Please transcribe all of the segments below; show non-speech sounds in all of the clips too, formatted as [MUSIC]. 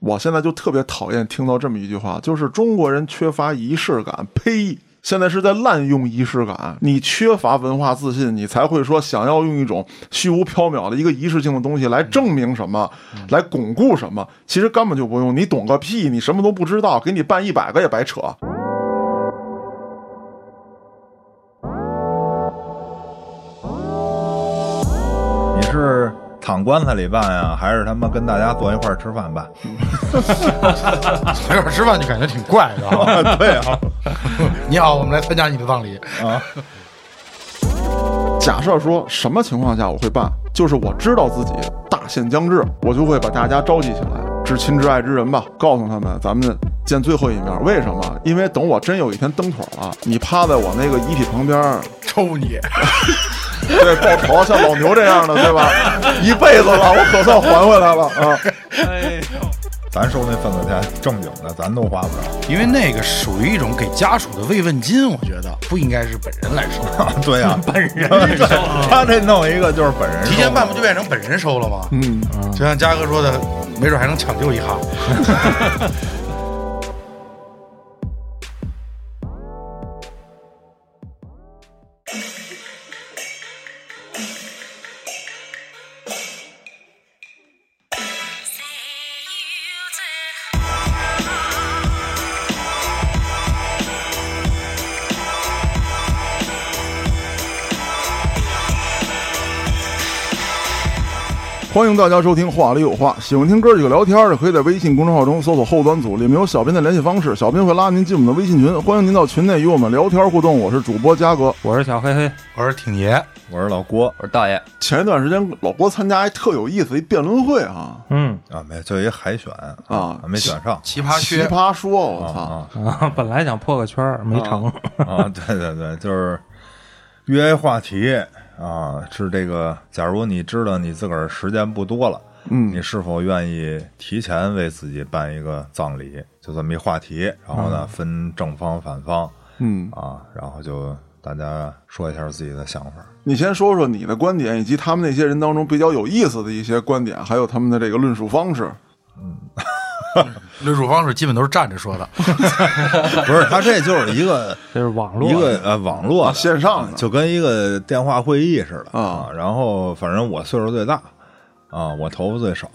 我现在就特别讨厌听到这么一句话，就是中国人缺乏仪式感。呸！现在是在滥用仪式感，你缺乏文化自信，你才会说想要用一种虚无缥缈的一个仪式性的东西来证明什么，来巩固什么。其实根本就不用，你懂个屁，你什么都不知道，给你办一百个也白扯。你是躺棺材里办呀、还是他妈跟大家坐一块儿吃饭办？没有吃饭就感觉挺怪的 [LAUGHS] 啊。对啊，你好，我们来参加你的葬礼。啊，假设说什么情况下我会办，就是我知道自己大限将至，我就会把大家召集起来，至亲至爱之人吧，告诉他们咱们见最后一面。为什么？ [LAUGHS] 因为等我真有一天蹬腿了，你趴在我那个遗体旁边，抽你！对，抱头像老牛这样的，对吧？一辈子了，我可算还回来了啊！哎，咱收那份子钱，正经的咱都花不着。因为那个属于一种给家属的慰问金，我觉得不应该是本人来收。 [LAUGHS] 对呀、本人对，他这弄一个就是本人 [LAUGHS] 提前办不就变成本人收了吗？嗯，就像嘉哥说的，没准还能抢救一下。欢迎大家收听《话里有话》，喜欢听哥几个聊天的，可以在微信公众号中搜索“后端组”，里面有小编的联系方式，小编会拉您进我们的微信群，欢迎您到群内与我们聊天互动。我是主播嘉哥。我是小黑黑，我说挺爷，我是老郭我是大爷，前一段时间老郭参加一特有意思一辩论会啊嗯，啊，没就一海选啊没选上奇葩奇薛，葩说，我操！啊啊，本来想破个圈儿没成，啊 [LAUGHS] 啊！对对对，就是约一话题啊，是这个。假如你知道你自个儿时间不多了，嗯你是否愿意提前为自己办一个葬礼？就这么一话题，然后呢，分正方反方嗯，啊，然后就大家说一下自己的想法。你先说说你的观点，以及他们那些人当中比较有意思的一些观点，还有他们的这个论述方式。论述方式基本都是站着说的。不是，他这就是一个这是网络一个呃网络的啊线上的啊就跟一个电话会议似的啊。然后反正我岁数最大啊，我头发最少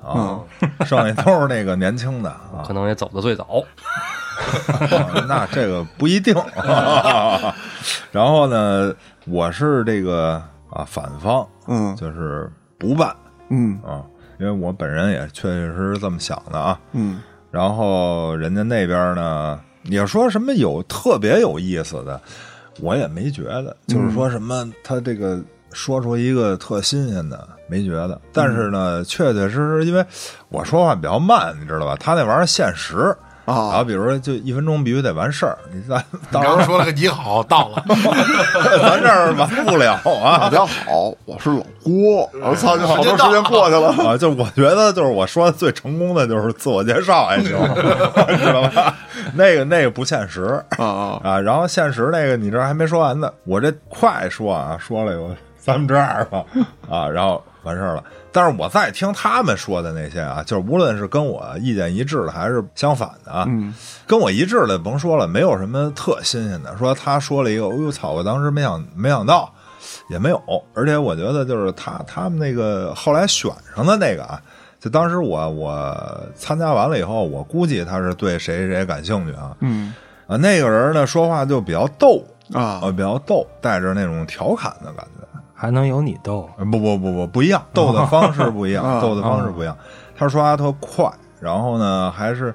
啊，嗯剩下都是那个年轻的 [LAUGHS] 啊可。能也走的最早。啊那这个不一定。 [LAUGHS] 然后呢，我是这个啊反方，嗯就是不办嗯啊，因为我本人也确确实实这么想的啊。嗯然后人家那边呢也说什么有特别有意思的，我也没觉得，就是说什么他这个说出一个特新鲜的，没觉得。但是呢，确确实实，因为我说话比较慢，你知道吧？他那玩意儿限时。然后啊，比如说，就一分钟必须得完事儿，你咱你到时刚候刚说了个你好，到 [LAUGHS] 了，咱这儿完不了大啊家好，我是老郭。我操，就好多时间过去了。啊！就我觉得，就是我说的最成功的就是自我介绍还行， [LAUGHS] 知道吧？那个那个不限时，啊啊，啊，然后限时那个你这还没说完呢，我这快说啊，说了有三分之二吧，啊，然后完事儿了。但是我在听他们说的那些啊，就是无论是跟我意见一致的，还是相反的啊，跟我一致的甭说了，没有什么特新鲜的。说他说了一个，哎呦操，我当时没想没想到，也没有。而且我觉得就是他他们那个后来选上的那个啊，就当时我我参加完了以后，我估计他是对谁谁感兴趣啊，嗯啊，那个人呢说话就比较逗啊呃，比较逗，带着那种调侃的感觉。还能有你逗，呃不不不不，不一样，逗的方式不一样，逗的方式不一样。他说话特快，然后呢还是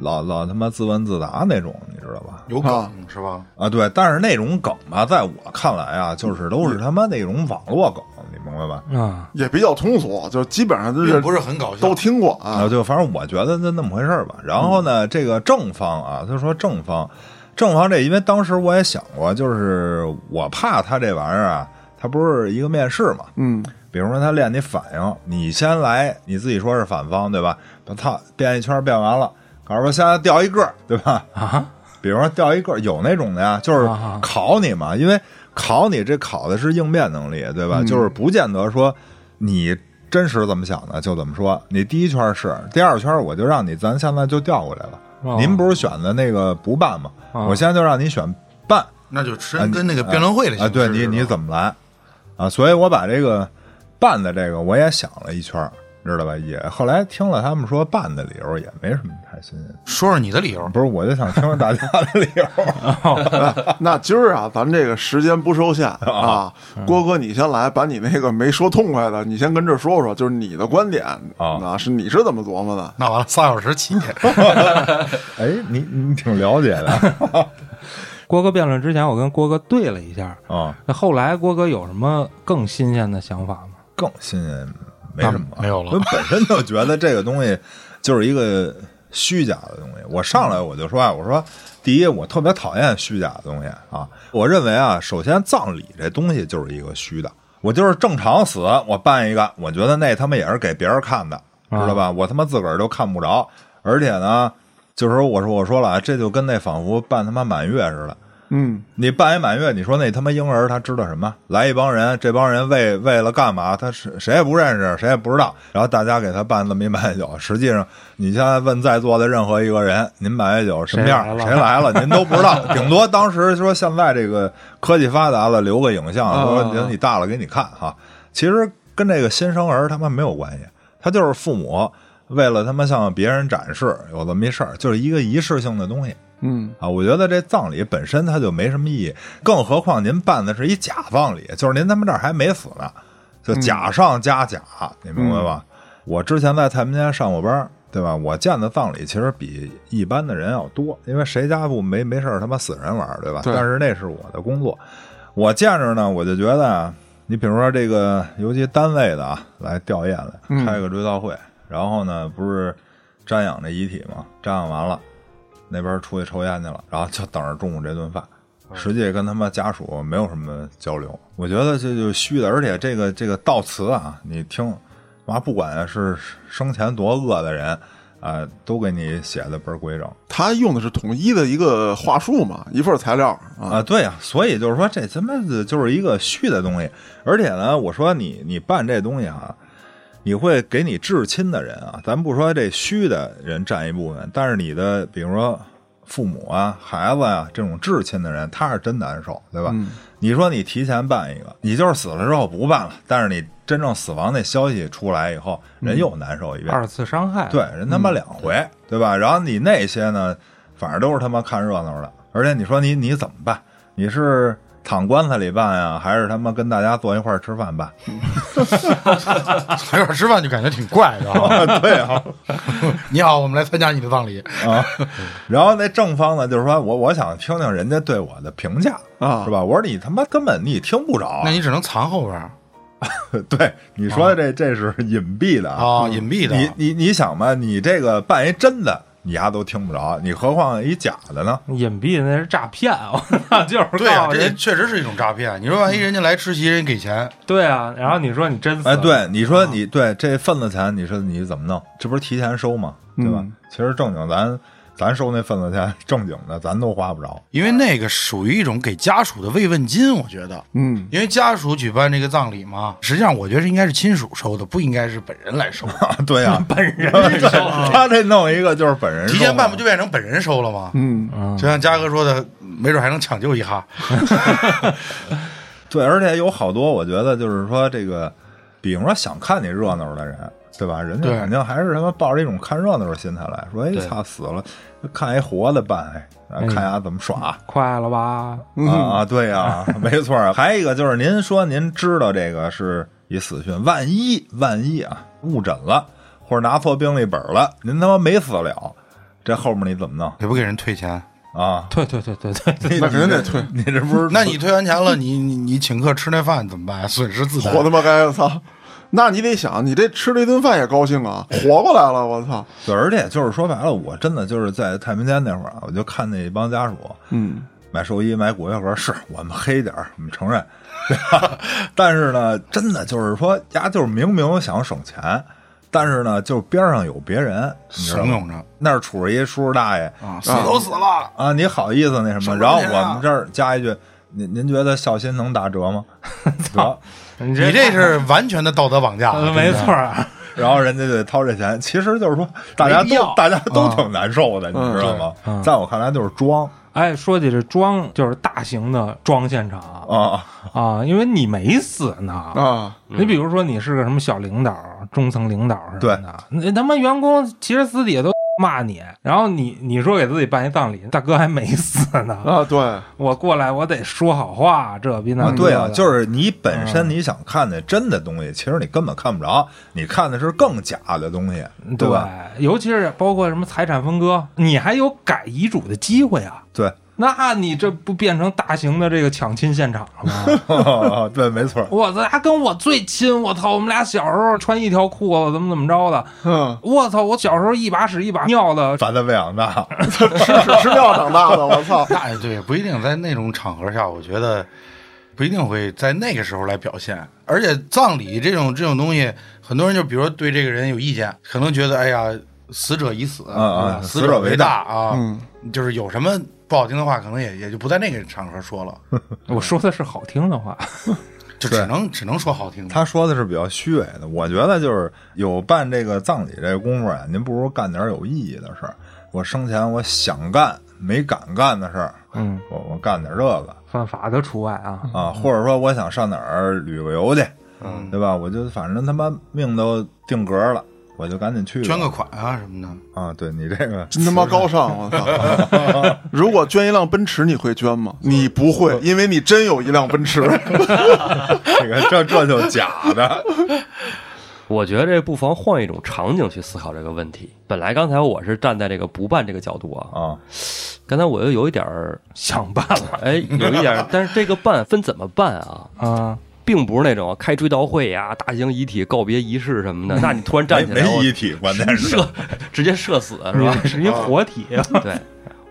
老老他妈自问自答那种，你知道吧？有啊梗是吧？啊，对，但是那种梗吧，在我看来啊，就是都是他妈那种网络梗，你明白吧？啊，也比较通俗，就基本上就是并不是很搞笑，都听过啊，啊。就反正我觉得就那么回事儿吧。然后呢，这个正方啊，他说正方，正方这因为当时我也想过，就是我怕他这玩意儿啊，他不是一个面试嘛，嗯比如说他练你反应，你先来，你自己说是反方对吧？把他变一圈变完了，告诉我现在掉一个儿对吧？啊，比如说掉一个儿有那种的呀，就是啊考你嘛，嗯因为考你这考的是应变能力对吧？就是不见得说你真实怎么想的就怎么说。你第一圈是，第二圈我就让你咱现在就调过来了。哦您不是选的那个不办吗？哦我现在就让你选办那就真跟那个辩论会的啊，对你你么怎么来啊？所以我把这个办的这个我也想了一圈儿，知道吧？也后来听了他们说办的理由也没什么太新鲜的，说说你的理由？不是我就想听听大家的理由。 [LAUGHS] 那今儿啊，咱这个时间不受限啊，郭哥你先来，把你那个没说痛快的，你先跟这儿说说，就是你的观点啊，是你是怎么琢磨的？那完了，仨小时起， [LAUGHS] 哎，你你挺了解的郭哥辩论之前，我跟郭哥对了一下。 [LAUGHS] 啊，那后来郭哥有什么更新鲜的想法吗？更新鲜没什么，没有我了。本身就觉得这个东西就是一个虚假的东西。我上来我就说啊，我说第一，我特别讨厌虚假的东西啊。我认为啊，首先葬礼这东西就是一个虚的。我就是正常死，我办一个，我觉得那他妈也是给别人看的，知道啊吧？我他妈自个儿都看不着，而且呢，就是说我说我说了啊，这就跟那仿佛办他妈满月似的。嗯，你办一满月，你说那他妈婴儿他知道什么？来一帮人，这帮人为为了干嘛？他是谁也不认识，谁也不知道。然后大家给他办这么一满月酒，实际上你现在问在座的任何一个人，您满月酒什么样？谁谁来了来了？您都不知 [LAUGHS] 道。顶多当时说现在这个科技发达了，留个影像，哦说嗯嗯等你大了给你看哈。其实跟这个新生儿他妈没有关系，他就是父母为了他妈向别人展示有这么一事儿，就是一个仪式性的东西。嗯，啊，我觉得这葬礼本身它就没什么意义，更何况您办的是一假葬礼，就是您他妈这儿还没死呢，就嗯假上加假，你明白吧？我之前在太平间上过班儿，对吧？我见的葬礼其实比一般的人要多，因为谁家不没没事儿他妈死人玩儿，对吧？对但是那是我的工作，我见着呢，我就觉得啊，你比如说这个，尤其单位的啊，来吊唁嗯来开个追悼会，然后呢，不是瞻仰这遗体吗？瞻仰完了，那边出去抽烟去了，然后就等着中午这顿饭。实际跟他妈家属没有什么交流，我觉得这就虚的，而且这个这个悼词啊，你听，妈不管是生前多恶的人，啊、都给你写的倍儿规整。他用的是统一的一个话术嘛，一份材料啊，啊，对呀、所以就是说这他妈的就是一个虚的东西，而且呢，我说你你办这东西啊，你会给你至亲的人啊，咱不说这虚的人占一部分，但是你的比如说父母啊、孩子啊这种至亲的人，他是真难受，对吧？你说你提前办一个，你就是死了之后不办了，但是你真正死亡那消息出来以后，人又难受一遍，二次伤害，对，人他嗯妈两回，对吧？然后你那些呢，反正都是他妈看热闹的。而且你说你你怎么办？你是躺棺材里办呀，还是他妈跟大家坐一块儿吃饭 [LAUGHS] 办？还有点吃饭就感觉挺怪的啊。对啊， [LAUGHS] 你好，我们来参加你的葬礼。啊。然后那正方呢，就是说我我想听听人家对我的评价啊是吧？我说你他妈根本你听不着啊，那你只能藏后边儿对你说的这这是隐蔽的啊，隐蔽的。你你你想吧，你这个办一真的，你丫都听不着，你何况一假的呢？隐蔽那是诈骗， [LAUGHS] 我操，就是对啊告，诉这人，确实是一种诈骗。你说万一人家来吃席，人给钱，对啊，然后你说你真死， [LAUGHS] 哎，，对，你说你对这份子钱，你说你怎么弄？这不是提前收吗？对吧？嗯其实正经咱咱收那份子钱，正经的咱都花不着。 [LAUGHS] 因为那个属于一种给家属的慰问金，我觉得，嗯，因为家属举办这个葬礼嘛，实际上我觉得是应该是亲属收的，不应该是本人来 [LAUGHS] 收。啊对呀、本人 [LAUGHS] 他这弄一个就是本人啊提前办不就就变成本人收了吗？嗯，就像嘉哥说的，没准还能抢救一下。对，而且有好多我觉得就是说这个，比方说想看你热闹的人，对吧？人家对肯定还是他妈抱着一种看热闹的心态来说，哎，对操死了，看一活的办，哎，啊看丫怎么耍。快了吧？嗯啊啊， [LAUGHS] 对呀、没错儿。还有一个就是，您说您知道这个是一死讯，万一万一啊误诊了，或者拿错病历本了，您他妈没死了，这后面你怎么弄也不给人退钱，啊？对对对对 [LAUGHS] 对，那肯定得退， [LAUGHS] 你这不是那你退完钱了，你你你请客吃那饭怎么办？损失自担。活他妈该，我操！那你得想，你这吃了一顿饭也高兴 [LAUGHS] 啊，活过来了，我操！对，而且就是说白了，我真的就是在太平间那会儿啊，我就看那帮家属嗯，买寿衣、买骨灰盒，是我们黑点儿，我们承认， [LAUGHS] 对吧？但是呢，真的就是说，丫就是明明想省钱，但是呢，就边上有别人，你知道怂吗？恿着那儿杵着一叔叔大爷啊，死都死了，啊，你好意思那什什么？么然后人我啊们这儿加一句，您您觉得孝心能打折吗？折，你你这是完全的道德绑架啊，呃真的 [LAUGHS] 没错。啊，然后人家得掏这钱。其实就是说，大家没必要，[LAUGHS] 都大家都挺难受的，嗯你知道吗？对嗯在我看来就是装哎，说起这装，就是大型的装现场啊啊，因为你没死呢。啊，嗯你比如说，你是个什么小领导、中层领导什么的，那他妈员工其实私底下都骂你，然后你 [LAUGHS] 你说给自己办一葬礼，大哥还没死呢， [LAUGHS] 啊，对，我过来我得说好话，这逼那啊，对啊，逼的就是你本身你想看的真的东西，其实你根本看不着，你看的是更假的东西，嗯对吧？对，尤其是包括什么财产分割，你还有改遗嘱的机会啊。对，那你这不变成大型的这个抢亲现场了吗？ [LAUGHS] 对，没错，我这还跟我最亲，我操！我们俩小时候穿一条裤子，怎么怎么着的？嗯，我操！我小时候一把屎一把尿的，把它喂养大，是吃药长大的，我操那哎对不一定在那种场合下，我觉得不一定会在那个时候来表现。而且葬礼这种这种东西，很多人就比如说对这个人有意见，可能觉得哎呀，死者已死，啊对吧死死者为为大啊，嗯就是有什么不好听的话，可能也也就不在那个场合说嗯了，我说的是好听的话，就对只能只能说好听的。他说的是比较虚伪的，我觉得就是有办这个葬礼这个功夫啊，您不如干点有意义的事儿。我生前我想干没敢干的事儿，嗯，我我干点这个犯法的除外啊。啊，或者说我想上哪儿旅个游去，嗯，对吧？我就反正他妈命都定格了，我就赶紧去吧捐个款啊什么的，啊！对你这个真他妈高尚，啊我操！如果捐一辆奔驰，你会捐吗？你不会，因为你真有一辆奔驰。这个这这就假的，我觉得这不妨换一种场景去思考这个问题。本来刚才我是站在这个不办这个角度啊，啊，刚才我又有一点儿，想办了哎，有一点儿，但是这个办分怎么办啊？啊，并不是那种开追悼会呀、大型遗体告别仪式什么的，那你突然站没起来，没我遗体，关键是射直接射死是 [LAUGHS] 吧？你是一活体，啊对，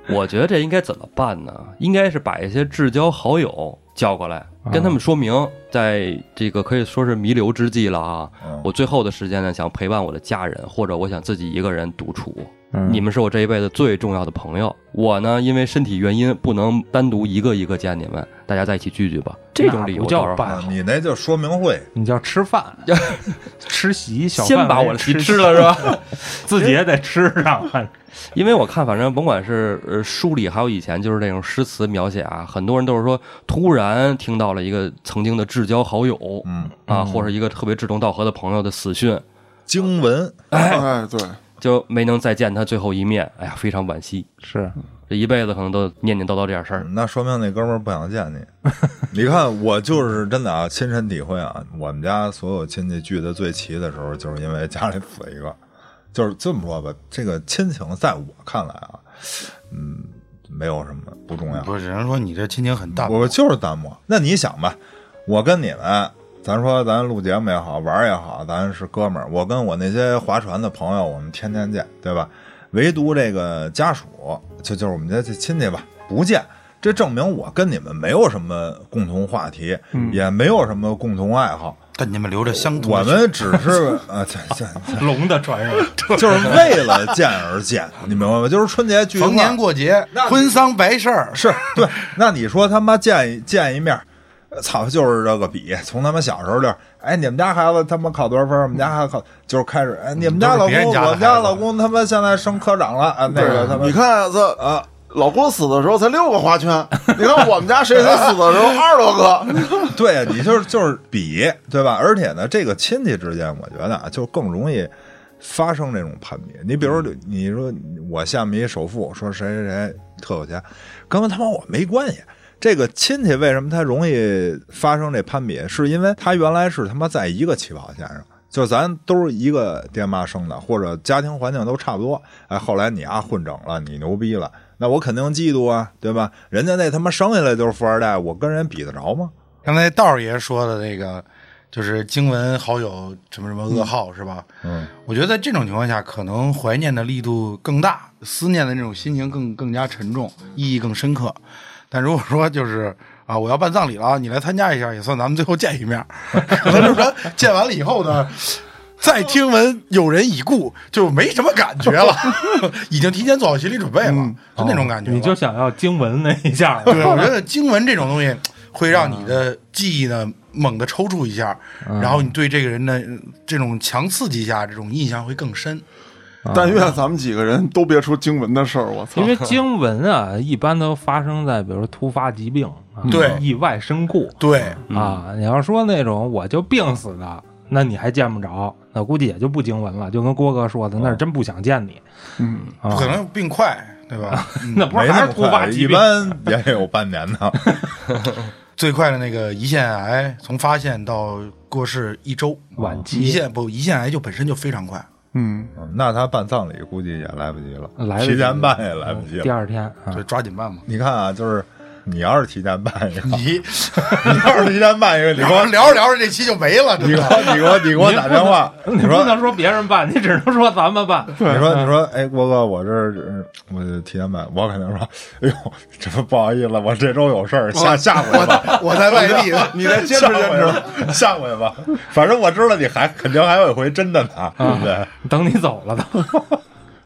我觉得这应该怎么办呢？应该是把一些至交好友叫过来，跟啊他们说明，在这个可以说是弥留之际了啊嗯，我最后的时间呢，想陪伴我的家人，或者我想自己一个人独处。嗯你们是我这一辈子最重要的朋友，我呢因为身体原因不能单独一个一个见你们，大家在一起聚聚吧。这种理那由不叫倒是办，啊你那就说明会，你叫吃饭， [LAUGHS] 吃席，小先范把围我的吃皮吃了是吧？ [LAUGHS] 自己也得吃上，啊反正因为我看，反正甭管是呃书里，还有以前就是那种诗词描写啊，很多人都是说突然听到了一个曾经的至交好友嗯，啊，或者一个特别志同道合的朋友的死讯，经文哎，对，就没能再见他最后一面，哎呀，非常惋惜， [LAUGHS] 是这一辈子可能都念念叨叨这点事儿。那说明那哥们儿不想见你。 [LAUGHS] 你看，我就是真的啊，亲身体会啊，我们家所有亲戚聚的最齐的时候，就是因为家里死一个。就是这么说吧，这个亲情在我看来啊，嗯，没有什么不重要。不是只能说你这亲情很淡哎我就是淡漠。那你想吧，我跟你们，咱说咱录节目也好，玩儿也好，咱是哥们儿。我跟我那些划船的朋友，我们天天见，对吧？唯独这个家属，就就是我们家这亲戚吧，不见。这证明我跟你们没有什么共同话题，嗯也没有什么共同爱好，但你们留着相同我的们只是 [LAUGHS] 啊，这这 [LAUGHS] 龙的传 [LAUGHS] 人，这就是为了见而见，你明白吗？就是春节聚一块儿逢年过节、婚丧白事儿，是 [LAUGHS] 对。那你说他妈见一见一面儿，呃操，就是这个比。从他妈小时候就，哎，你们家孩子他妈考多少分儿？我们家孩子考就是开始，哎，你们家老都是别公，人我家的孩们子家老公他妈现在升科长了啊，那个他妈你看这啊，老郭死的时候才六个花圈， [LAUGHS] 你看我们家谁谁死的时候二十多个。对啊你就是就是比，对吧？而且呢，这个亲戚之间，我觉得啊，就更容易发生这种攀比。你比如你说我下面一首富，说谁谁谁特有钱，跟他妈我没关系。这个亲戚为什么他容易发生这攀比？是因为他原来是他妈在一个起跑线上。就咱都是一个爹妈生的，或者家庭环境都差不多。哎，后来你啊混整了，你牛逼了，那我肯定嫉妒啊，对吧？人家那他妈生下来就是富二代，我跟人比得着吗？刚才道儿爷说的那个，就是经文好友什么什么噩耗、是吧？嗯，我觉得在这种情况下，可能怀念的力度更大，思念的那种心情更更加沉重，意义更深刻。但如果说就是啊，我要办葬礼了，你来参加一下，也算咱们最后见一面。可能就是说见完了以后呢，再听闻有人已故，就没什么感觉了，已经提前做好心理准备了，就那种感觉了。嗯哦你就想要经文那一 [LAUGHS] 下，对，我觉得经文这种东西会让你的记忆呢猛地抽搐一下，然后你对这个人的这种强刺激下，这种印象会更深。但愿咱们几个人都别出经文的事儿，我操因！为经文啊，一般都发生在比如说突发疾病、啊、对意外身故对，啊。你要说那种我就病死的，那你还见不着，那估计也就不经文了。就跟郭哥说的，那是真不想见你，哦嗯不可能病快，对吧？那不没是还那么是突发快，疾一病？般也得有半年呢。 [LAUGHS] 最快的那个胰腺癌，从发现到过世一周，晚胰期腺不胰腺癌就本身就非常快。嗯，嗯那他办葬礼估计也来不及了，来得及提前办也来不及第了。二天啊对，，抓紧办嘛。你看啊，就是你要是提前办一个，你你要是提前办一个，你聊给我着 [LAUGHS] 聊着聊着，这期就没了，真你给 [LAUGHS] 的。我你给我你给我打电话，你 [LAUGHS] 你不说能说嗯别人办，你只能说咱们办。你说你说，哎，郭哥，我这儿呃我提前办，我肯定说，哎呦，这不好意思了，我这周有事儿，下下回吧，我 [LAUGHS] 在外地呢，你再坚持下回坚持。吧，下回吧，反正我知道你还肯定还有一回真的呢，嗯对不对？等你走了都，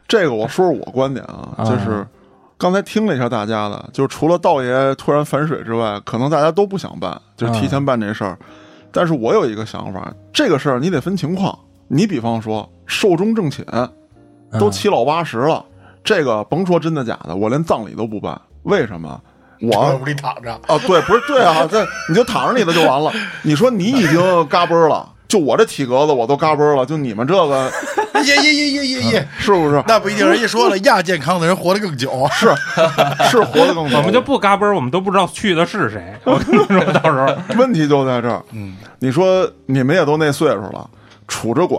这个我说说我观点啊，就是刚才听了一下大家的，就是除了道爷突然反水之外，可能大家都不想办，就是提前办这事儿。但是我有一个想法，这个事儿你得分情况。你比方说寿终正寝，都七老八十了，这个甭说真的假的，我连葬礼都不办，为什么？ [LAUGHS] 我我屋里躺着。啊，对，不是对啊，这你就躺着你的就完了。 [LAUGHS] 你说你已经嘎嘣儿了，就我这体格子我都嘎嘣儿了，就你们这个耶耶耶耶耶耶！是不是？那不一定，人家说了，亚健康的人活得更久。是是活得更久， [LAUGHS] 我们就不嘎嘣儿，我们都不知道去的是谁。我跟你说，到时候 [LAUGHS] 问题就在这儿。嗯，你说你们也都那岁数了，杵着拐，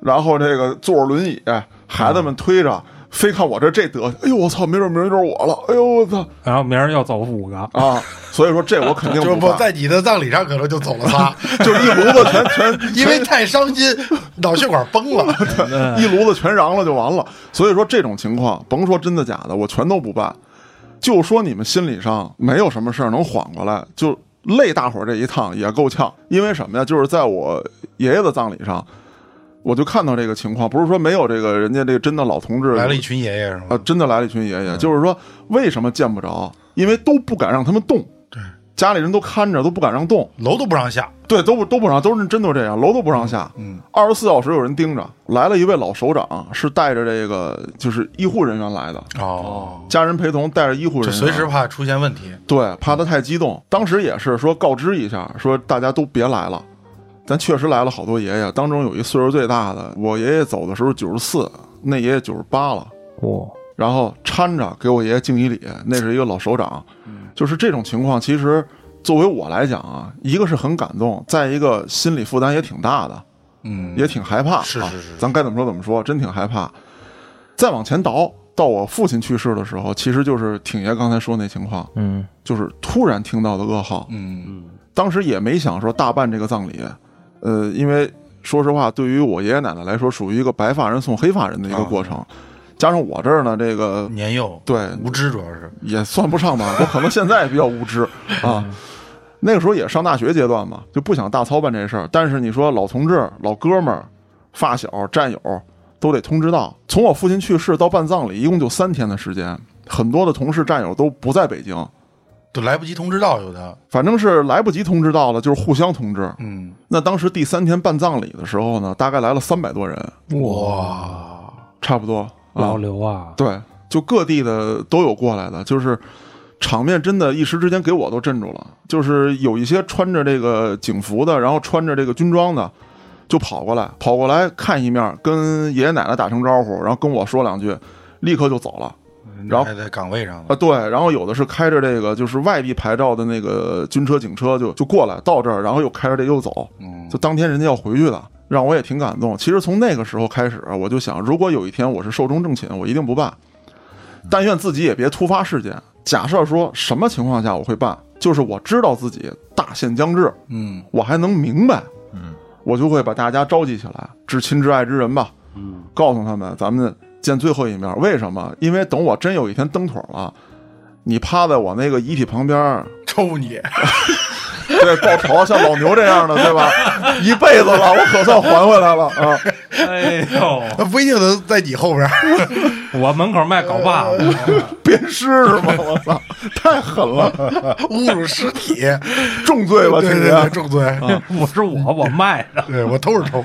然后这个坐着轮椅，孩子们推着，嗯非看我这这德行，哎呦我操，没准明儿就是我了，哎呦我操然后明儿又走五个，啊！所以说这我肯定 [LAUGHS] 就是不我办，在你的葬礼上可能就走了仨，就一炉子全全 [LAUGHS] 因为太伤心，脑血管崩了。 [LAUGHS] 一炉子全瓤了就完了。所以说这种情况，甭说真的假的，我全都不办。就说你们心理上没有什么事儿能缓过来，就累大伙儿这一趟也够呛。因为什么呀？就是在我爷爷的葬礼上，我就看到这个情况，不是说没有这个人家这个真的老同志 [LAUGHS] 来了一嗯群爷爷是吗？啊，真的来了一群爷爷，就是说为什么见不着？因为都不敢让他们动，对，家里人都看着，都不敢让动。楼都不让下，对，都不都不让，都是真都这样，楼都不让下。嗯，二十四小时有人盯着。来了一位老首长，是带着这个就是医护人员来的，哦，家人陪同，带着医护就人员，随时怕出现问题。对，怕他太激动。当时也是说告知一下，说大家都别来了。咱确实来了好多爷爷，当中有一岁数最大的，我爷爷走的时候九十四，那爷爷九十八了。哦，然后搀着给我爷爷敬一礼，那是一个老首长。就是这种情况，其实作为我来讲啊，一个是很感动，再一个心理负担也挺大的，嗯，也挺害怕。是啊是是咱该怎么说怎么说，真挺害怕。再往前倒，到我父亲去世的时候，其实就是挺爷刚才说那情况，嗯就是突然听到的噩耗。嗯，当时也没想说大办这个葬礼，呃，因为说实话，对于我爷爷奶奶来说，属于一个白发人送黑发人啊的一个过程。加上我这儿呢，这个年幼嗯对无知主要是，也算不上吧， [LAUGHS] 我可能现在也比较无知啊。那个时候也上大学阶段嘛，就不想大操办这事儿。但是你说老同志、老哥们儿、发小、战友都得通知到。从我父亲去世到办葬礼，一共就三天的时间，很多的同事战友都不在北京，都来不及通知到有的。反正是来不及通知到了，就是互相通知。嗯，那当时第三天办葬礼的时候呢，大概来了三百多人，哇，差不多。啊老。刘啊，对，就各地的都有过来的，就是场面真的，一时之间给我都镇住了。就是有一些穿着这个警服的，然后穿着这个军装的，就跑过来，跑过来看一面，跟爷爷奶奶打声招呼，然后跟我说两句，立刻就走了。然后还在岗位上呢啊，对，然后有的是开着这个就是外地牌照的那个军车、警车就就过来到这儿，然后又开着这又走，就当天人家要回去的，让我也挺感动。其实从那个时候开始，我就想，如果有一天我是寿终正寝，我一定不办，但愿自己也别突发事件。假设说什么情况下我会办，就是我知道自己大限将至，嗯，我还能明白，嗯，我就会把大家召集起来，至亲至爱之人吧，嗯，告诉他们咱们见最后一面。 [LAUGHS] 为什么？因为等我真有一天蹬腿了，你趴在我那个遗体旁边， [LAUGHS] 抽你。对，报仇像老牛这样的，对 [LAUGHS] 吧？一辈子了，我可算还回来了啊！哎呦，那不一定能在你后边儿。我门口卖镐把子，鞭尸是吗？我操，太狠了，侮辱尸体，重罪吧，啊对今对对，天重罪，不是我，我卖的。对我都是抽，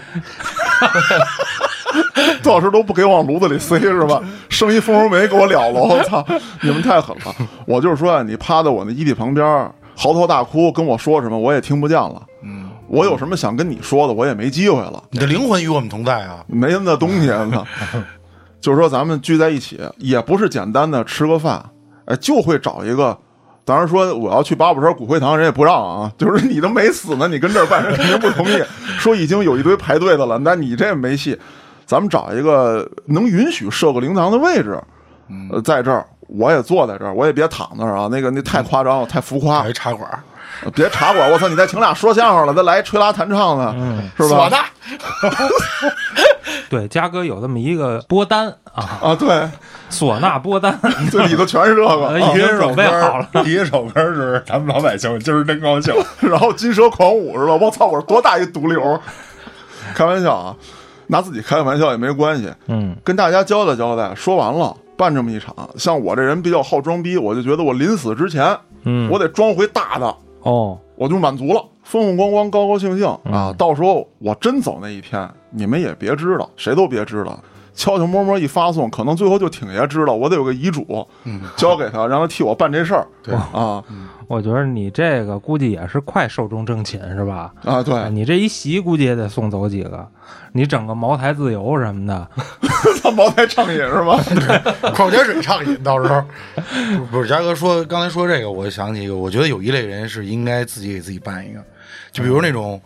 [LAUGHS] 杜老师都不给往炉子里塞是吧？生一蜂窝煤给我了了，我操！你们太狠了！我就是说啊，你趴在我那衣地旁边儿嚎啕大哭，跟我说什么我也听不见了。嗯，我有什么想跟你说的，我也没机会了。你的灵魂与我们同在啊！没那东西呢。 [LAUGHS] 就是说，咱们聚在一起，也不是简单的吃个饭，哎，就会找一个。当然说我要去八宝山骨灰堂，人也不让啊。就是你都没死呢，你跟这儿办，人肯定不同意。说已经有一堆排队的了，那你这没戏。咱们找一个能允许设个灵堂的位置，嗯呃，在这儿我也坐在这儿，我也别躺那儿啊。那个那太夸张了，太浮夸找。一茶馆儿，别茶馆，我操！你再请俩说相声了，再来吹拉弹唱的，是吧嗯唢？呐，对，嘉哥有这么一个播单啊，啊，对，唢呐播单， [LAUGHS] 这里头全是这个。啊哎第已一经首准备好了歌，第一首歌是咱们老百姓，今儿真高兴。 [LAUGHS] 然后金蛇狂舞是吧？我操，我是多大一毒瘤！开玩笑啊，拿自己开个玩笑也没关系， [LAUGHS] 嗯，跟大家交代交代。说完了，办这么一场，像我这人比较好装逼，我就觉得我临死之前，嗯我得装回大的，哦，我就满足了，风风光光，高高兴兴啊！到时候我真走那一天，你们也别知道，谁都别知道。悄悄摸摸一发送，可能最后就挺爷知道，我得有个遗嘱，交给他，让他替我办这事儿。对啊我觉得你这个估计也是快寿终正寝是吧？啊，对，你这一席估计也得送走几个，你整个茅台自由什么的， [LAUGHS] 他茅台畅饮是吧？矿泉水畅饮，到时候不是嘉哥说刚才说这个，我想起一个，我觉得有一类人是应该自己给自己办一个，就比如那种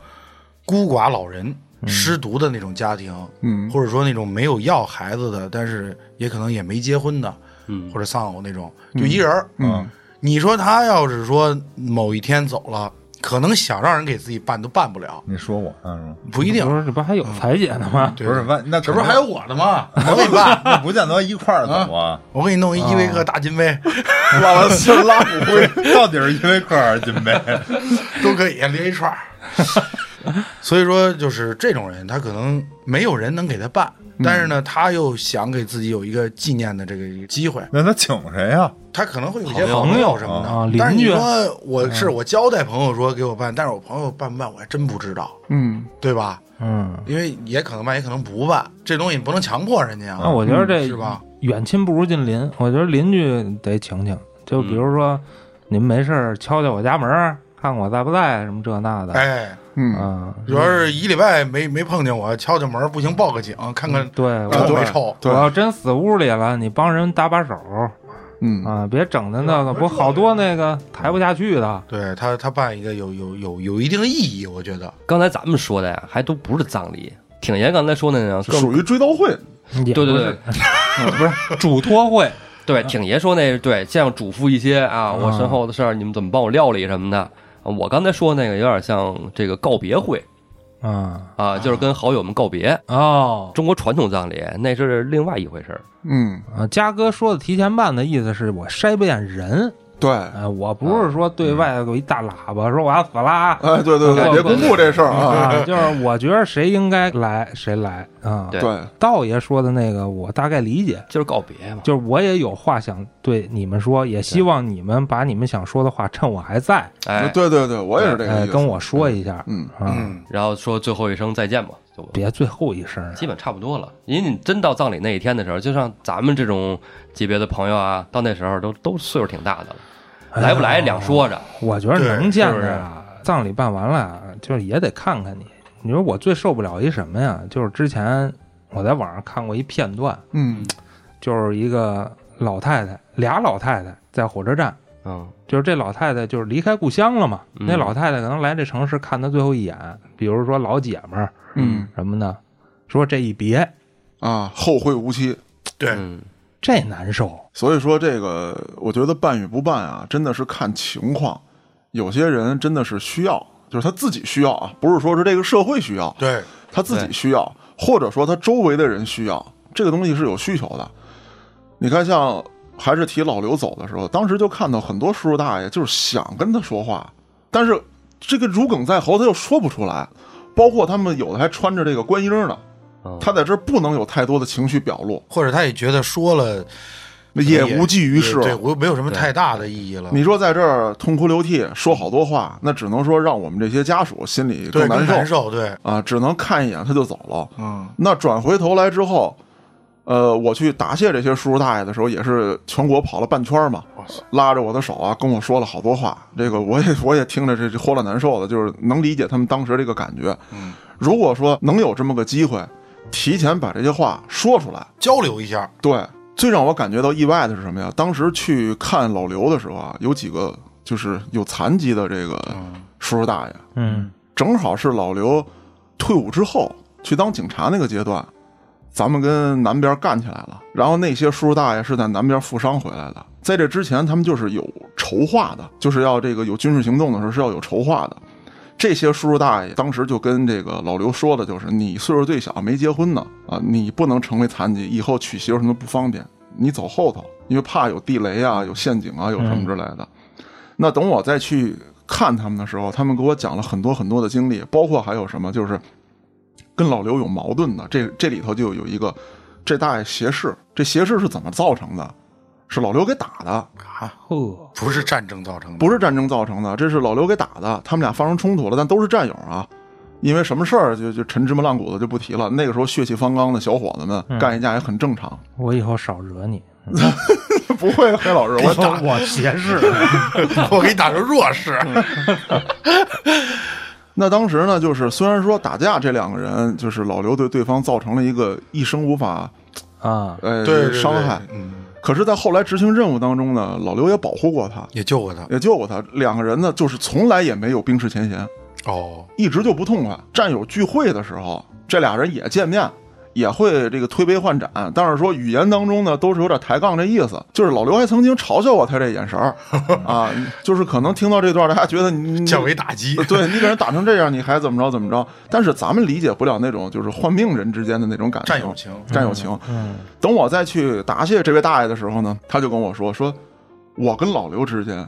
孤寡老人、失独的那种家庭，嗯或者说那种没有要孩子的，但是也可能也没结婚的，嗯或者丧偶那种，就一人儿，啊嗯你说他要是说某一天走了，可能想让人给自己办都办不了，你说我啊呢是吗？不一定不。是这不还有裁剪的吗？对不是，万那这不是还有我的吗？我给你办，不见得一块儿走啊。我给你弄一依维柯大金杯，啊拉完先拉骨灰， [LAUGHS] 到底是因为克尔金杯？ [LAUGHS] 都可以连一串 [LAUGHS] 儿。所以说，就是这种人，他可能没有人能给他办，嗯但是呢，他又想给自己有一个纪念的这个机会，那他请谁呀？他可能会有一些朋友朋友什么啊的邻。居但是你说我是我交代朋友说给我办，但是我朋友办不办我还真不知道，嗯，对吧？嗯，因为也可能办，也可能不办，这东西你不能强迫人家那啊，我觉得这是吧？远亲不如近邻，我觉得邻居得请请，就比如说、您没事儿敲敲我家门儿，看我在不在，什么这那的，啊哎，嗯，嗯，主要是一礼拜没没碰见我，敲敲门，不行报个警，看看对臭我。没臭。 [LAUGHS] 对我要真死屋里了，你帮人搭把手嗯，啊，别整的那个，不好多那个抬不下去的。对他，他办一个有有有有一定意义，我觉得。刚才咱们说的呀，还都不是葬礼。挺爷刚才说的那样，更属于追悼会，对对对对， [LAUGHS] 不是嘱托会，对，挺爷说那对，像嘱咐一些啊，我身后的事儿你们怎么帮我料理什么的。啊我刚才说那个有点像这个告别会嗯，啊，就是跟好友们告别。哦，中国传统葬礼那是另外一回事儿。嗯，啊，嘉哥说的提前办的意思是我筛不见人，对，哎呃，我不是说对外有一大喇叭说我要死啦，哎，对对对，对别公布这事儿啊，啊， [LAUGHS] 就是我觉得谁应该来谁来啊。对对，道爷说的那个我大概理解，就是告别嘛。就是我也有话想对你们说，也希望你们把你们想说的话趁我还在，哎，对对对，我也是这个呃，意跟思，我说一下，嗯啊，嗯，然后说最后一声再见吧，就别最后一声啊，基本差不多了。因为你真到葬礼那一天的时候，就像咱们这种级别的朋友啊，到那时候都都岁数挺大的了， [LAUGHS] 来不来两说着。哎我觉得对能见是不着是啊，葬礼办完了，就是也得看看你。你说我最受不了一什么呀？就是之前我在网上看过一片段，嗯就是一个老太太，俩老太太在火车站，嗯就是这老太太就是离开故乡了嘛，嗯那老太太可能来这城市看她最后一眼，比如说老姐们儿嗯什么的，说这一别啊，后会无期。对，嗯，这难受，所以说，这个我觉得办与不办啊，真的是看情况。有些人真的是需要，就是他自己需要啊，不是说是这个社会需要，对，他自己需要，或者说他周围的人需要，这个东西是有需求的。你看，像还是提老刘走的时候，当时就看到很多叔叔大爷就是想跟他说话，但是这个如鲠在喉，他又说不出来。包括他们有的还穿着这个官英呢，哦嗯他在这儿不能有太多的情绪表露，或者他也觉得说了也无济于事。对我没有什么太大的意义了。你说在这儿痛哭流涕说好多话，那只能说让我们这些家属心里对更难受难受，对，啊，只能看一眼他就走了。嗯，那转回头来之后，呃，我去答谢这些叔叔大爷的时候，也是全国跑了半圈嘛，拉着我的手啊，跟我说了好多话。这个我也我也听着这这豁了难受的，就是能理解他们当时这个感觉。嗯，如果说能有这么个机会，提前把这些话说出来，交流一下，对，最让我感觉到意外的是什么呀？当时去看老刘的时候啊，有几个就是有残疾的这个叔叔大爷，嗯正好是老刘退伍之后去当警察那个阶段，咱们跟南边干起来了。然后那些叔叔大爷是在南边负伤回来的，在这之前他们就是有筹划的，就是要这个有军事行动的时候是要有筹划的。这些叔叔大爷当时就跟这个老刘说的，就是你岁数最小，没结婚呢，啊，你不能成为残疾，以后娶媳妇什么不方便，你走后头，因为怕有地雷啊、有陷阱啊、有什么之类的。那等我再去看他们的时候，他们给我讲了很多很多的经历，包括还有什么就是跟老刘有矛盾的，这这里头就有一个这大爷斜视，这斜视是怎么造成的？是老刘给打的，呵，不是战争造成的，不是战争造成的，这是老刘给打的。他们俩发生冲突了，但都是战友啊。因为什么事儿就就陈芝麻烂谷子就不提了。那个时候血气方刚的小伙子们干一架也很正常， [LAUGHS] 我以后少惹你。不会黑老师，我 [LAUGHS] 我我斜视， [LAUGHS] 我给你打成弱势，嗯那当时呢，就是虽然说打架这两个人，就是老刘对对方造成了一个一生无法啊，呃对对对伤害，嗯，可是，在后来执行任务当中呢，老刘也保护过他，也救过他。也救过他。两个人呢，就是从来也没有冰释前嫌，哦，一直就不痛快。战友聚会的时候，这俩人也见面，也会这个推杯换盏，但是说语言当中呢，都是有点抬杠这意思。就是老刘还曾经嘲笑过他这眼神儿 [LAUGHS] 啊，就是可能听到这段，大家觉得你降维打击，对你给人打成这样，你还怎么着怎么着？但是咱们理解不了那种就是患病人之间的那种感情，战友情战友情。嗯等我再去答谢这位大爷的时候呢，他就跟我说：“说我跟老刘之间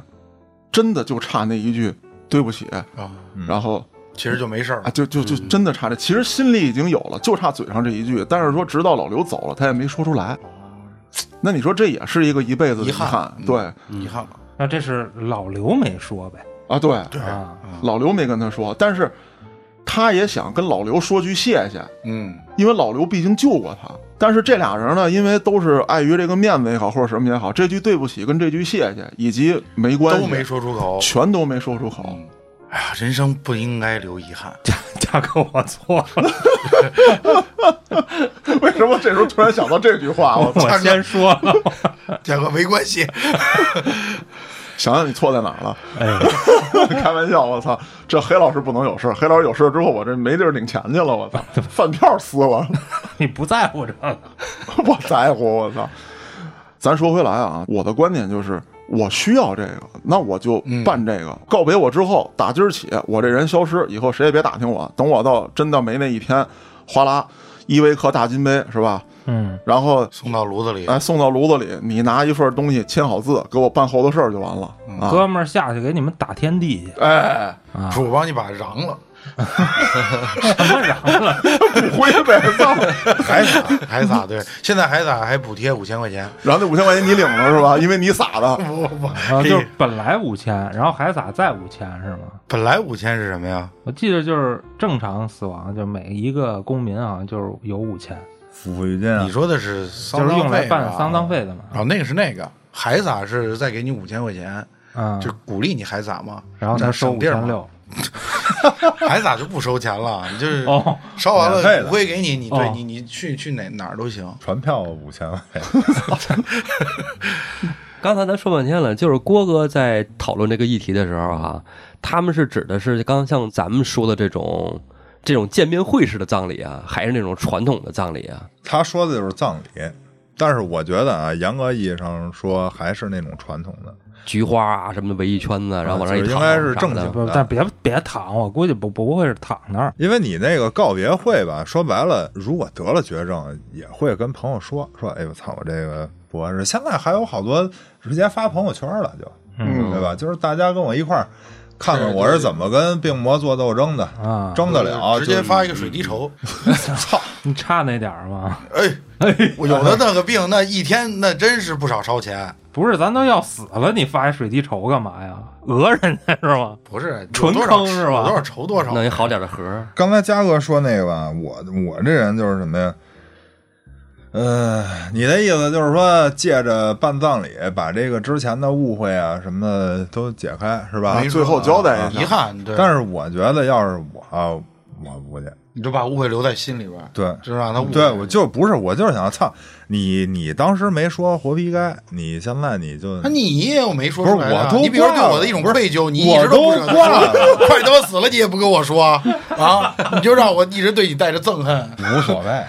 真的就差那一句对不起，啊，嗯然后其实就没事儿啊，。就就就真的差这，其实心里已经有了，就差嘴上这一句。但是说直到老刘走了，他也没说出来。那你说这也是一个一辈子的哦遗遗憾憾，嗯对遗憾了，那这是老刘没说呗？啊，对，对啊，老刘没跟他说，但是他也想跟老刘说句谢谢，嗯，因为老刘毕竟救过他。但是这俩人呢，因为都是碍于这个面子也好，或者什么也好，这句对不起跟这句谢谢以及没关系嗯都没说出口。全都没说出口。嗯哎呀，人生不应该留遗憾。 [LAUGHS] [LAUGHS] 大哥，我错了，嗯 [LAUGHS] 为什么这时候突然想到这句话？ [LAUGHS] 我我先说 [LAUGHS] 了。嘉哥没关 [LAUGHS] 系，想想你错在哪儿了？ [LAUGHS] 哎，开玩笑，我操！这黑老师不能有事儿，黑老师有事儿之后，我这没地儿领钱去了，我 [LAUGHS] 操！饭票撕了，你不在乎这个， [LAUGHS] 我在乎，我操！咱说回来啊，我的观点就是，我需要这个，那我就办这个。告别我之后，打今儿起，我这人消失，以后谁也别打听我。等我到真的没那一天，哗啦，依维柯大金杯是吧？嗯，然后送到炉子里。哎送到炉子里，你拿一份东西签好字，给我办后头事儿就完了啊！哥们儿下去给你们打天地 [LAUGHS] 去，哎，不是我帮你把瓤了，不回呗，操！海撒海撒，对，现在海撒还补贴五千块钱，然后那五千块钱你领了是吧？因为你撒的。不不不，啊，就是本来五千，然后还咋再五千是吗？本来五千是什么呀？我记得就是正常死亡，就每一个公民好像就是有五千，抚抚育金啊你，说的是嗯就丧是葬用来费办吧丧葬费的嘛。啊，那个是那个海撒是再给你五千块钱，嗯啊就，鼓励你海撒嘛。然后他收省五地儿嘛千，六， [LAUGHS] 海撒就不收钱了，你就是哦烧完免费的了骨灰给你，你对哦你你去去哪哪儿都行。船票五千块钱，刚才咱说半天了，就是郭哥在讨论这个议题的时候啊，他们是指的是刚像咱们说的这种这种见面会式的葬礼啊，还是那种传统的葬礼啊？他说的就是葬礼，但是我觉得啊，严格意义上说还是那种传统的，菊花啊什么的围一圈子，然后往上一就是躺，呃应该是正啥的经不，但别别躺，我估计不不会是躺那儿。因为你那个告别会吧，说白了，如果得了绝症，也会跟朋友说说，哎我操，我这个不合适。现在还有好多直接发朋友圈了，就，嗯对吧？就是大家跟我一块儿看看我是怎么跟病魔做斗争的啊争得了，直接就嗯发一个水滴 [LAUGHS] 筹。操，你差那点儿吗？哎，我有的那个病，那一天那真是不少烧钱。不是，咱都要死了，你发一水滴筹干嘛呀？讹人家是吗？ [LAUGHS] 不是纯有多坑少是吧有多少筹多少，弄一好点的盒儿，刚才嘉哥说那个吧，我我这人就是什么呀？呃，你的意思就是说，借着办葬礼，把这个之前的误会啊什么的都解开，是吧？啊最后交代一下遗憾。对，但是我觉得，要是我，我估计你就把误会留在心里边儿，对，啊就让他误会。嗯对我就不是，我就是想，操你，你当时没说活逼该，你现在你就那你也有没说出来不是我啊？都你比如说挂对了我的一种不是愧疚，你一我直不都舍得挂了说， [LAUGHS] 快他妈死了你也不跟我说啊！你就让我一直对你哎带着憎恨。无所 [LAUGHS] 谓。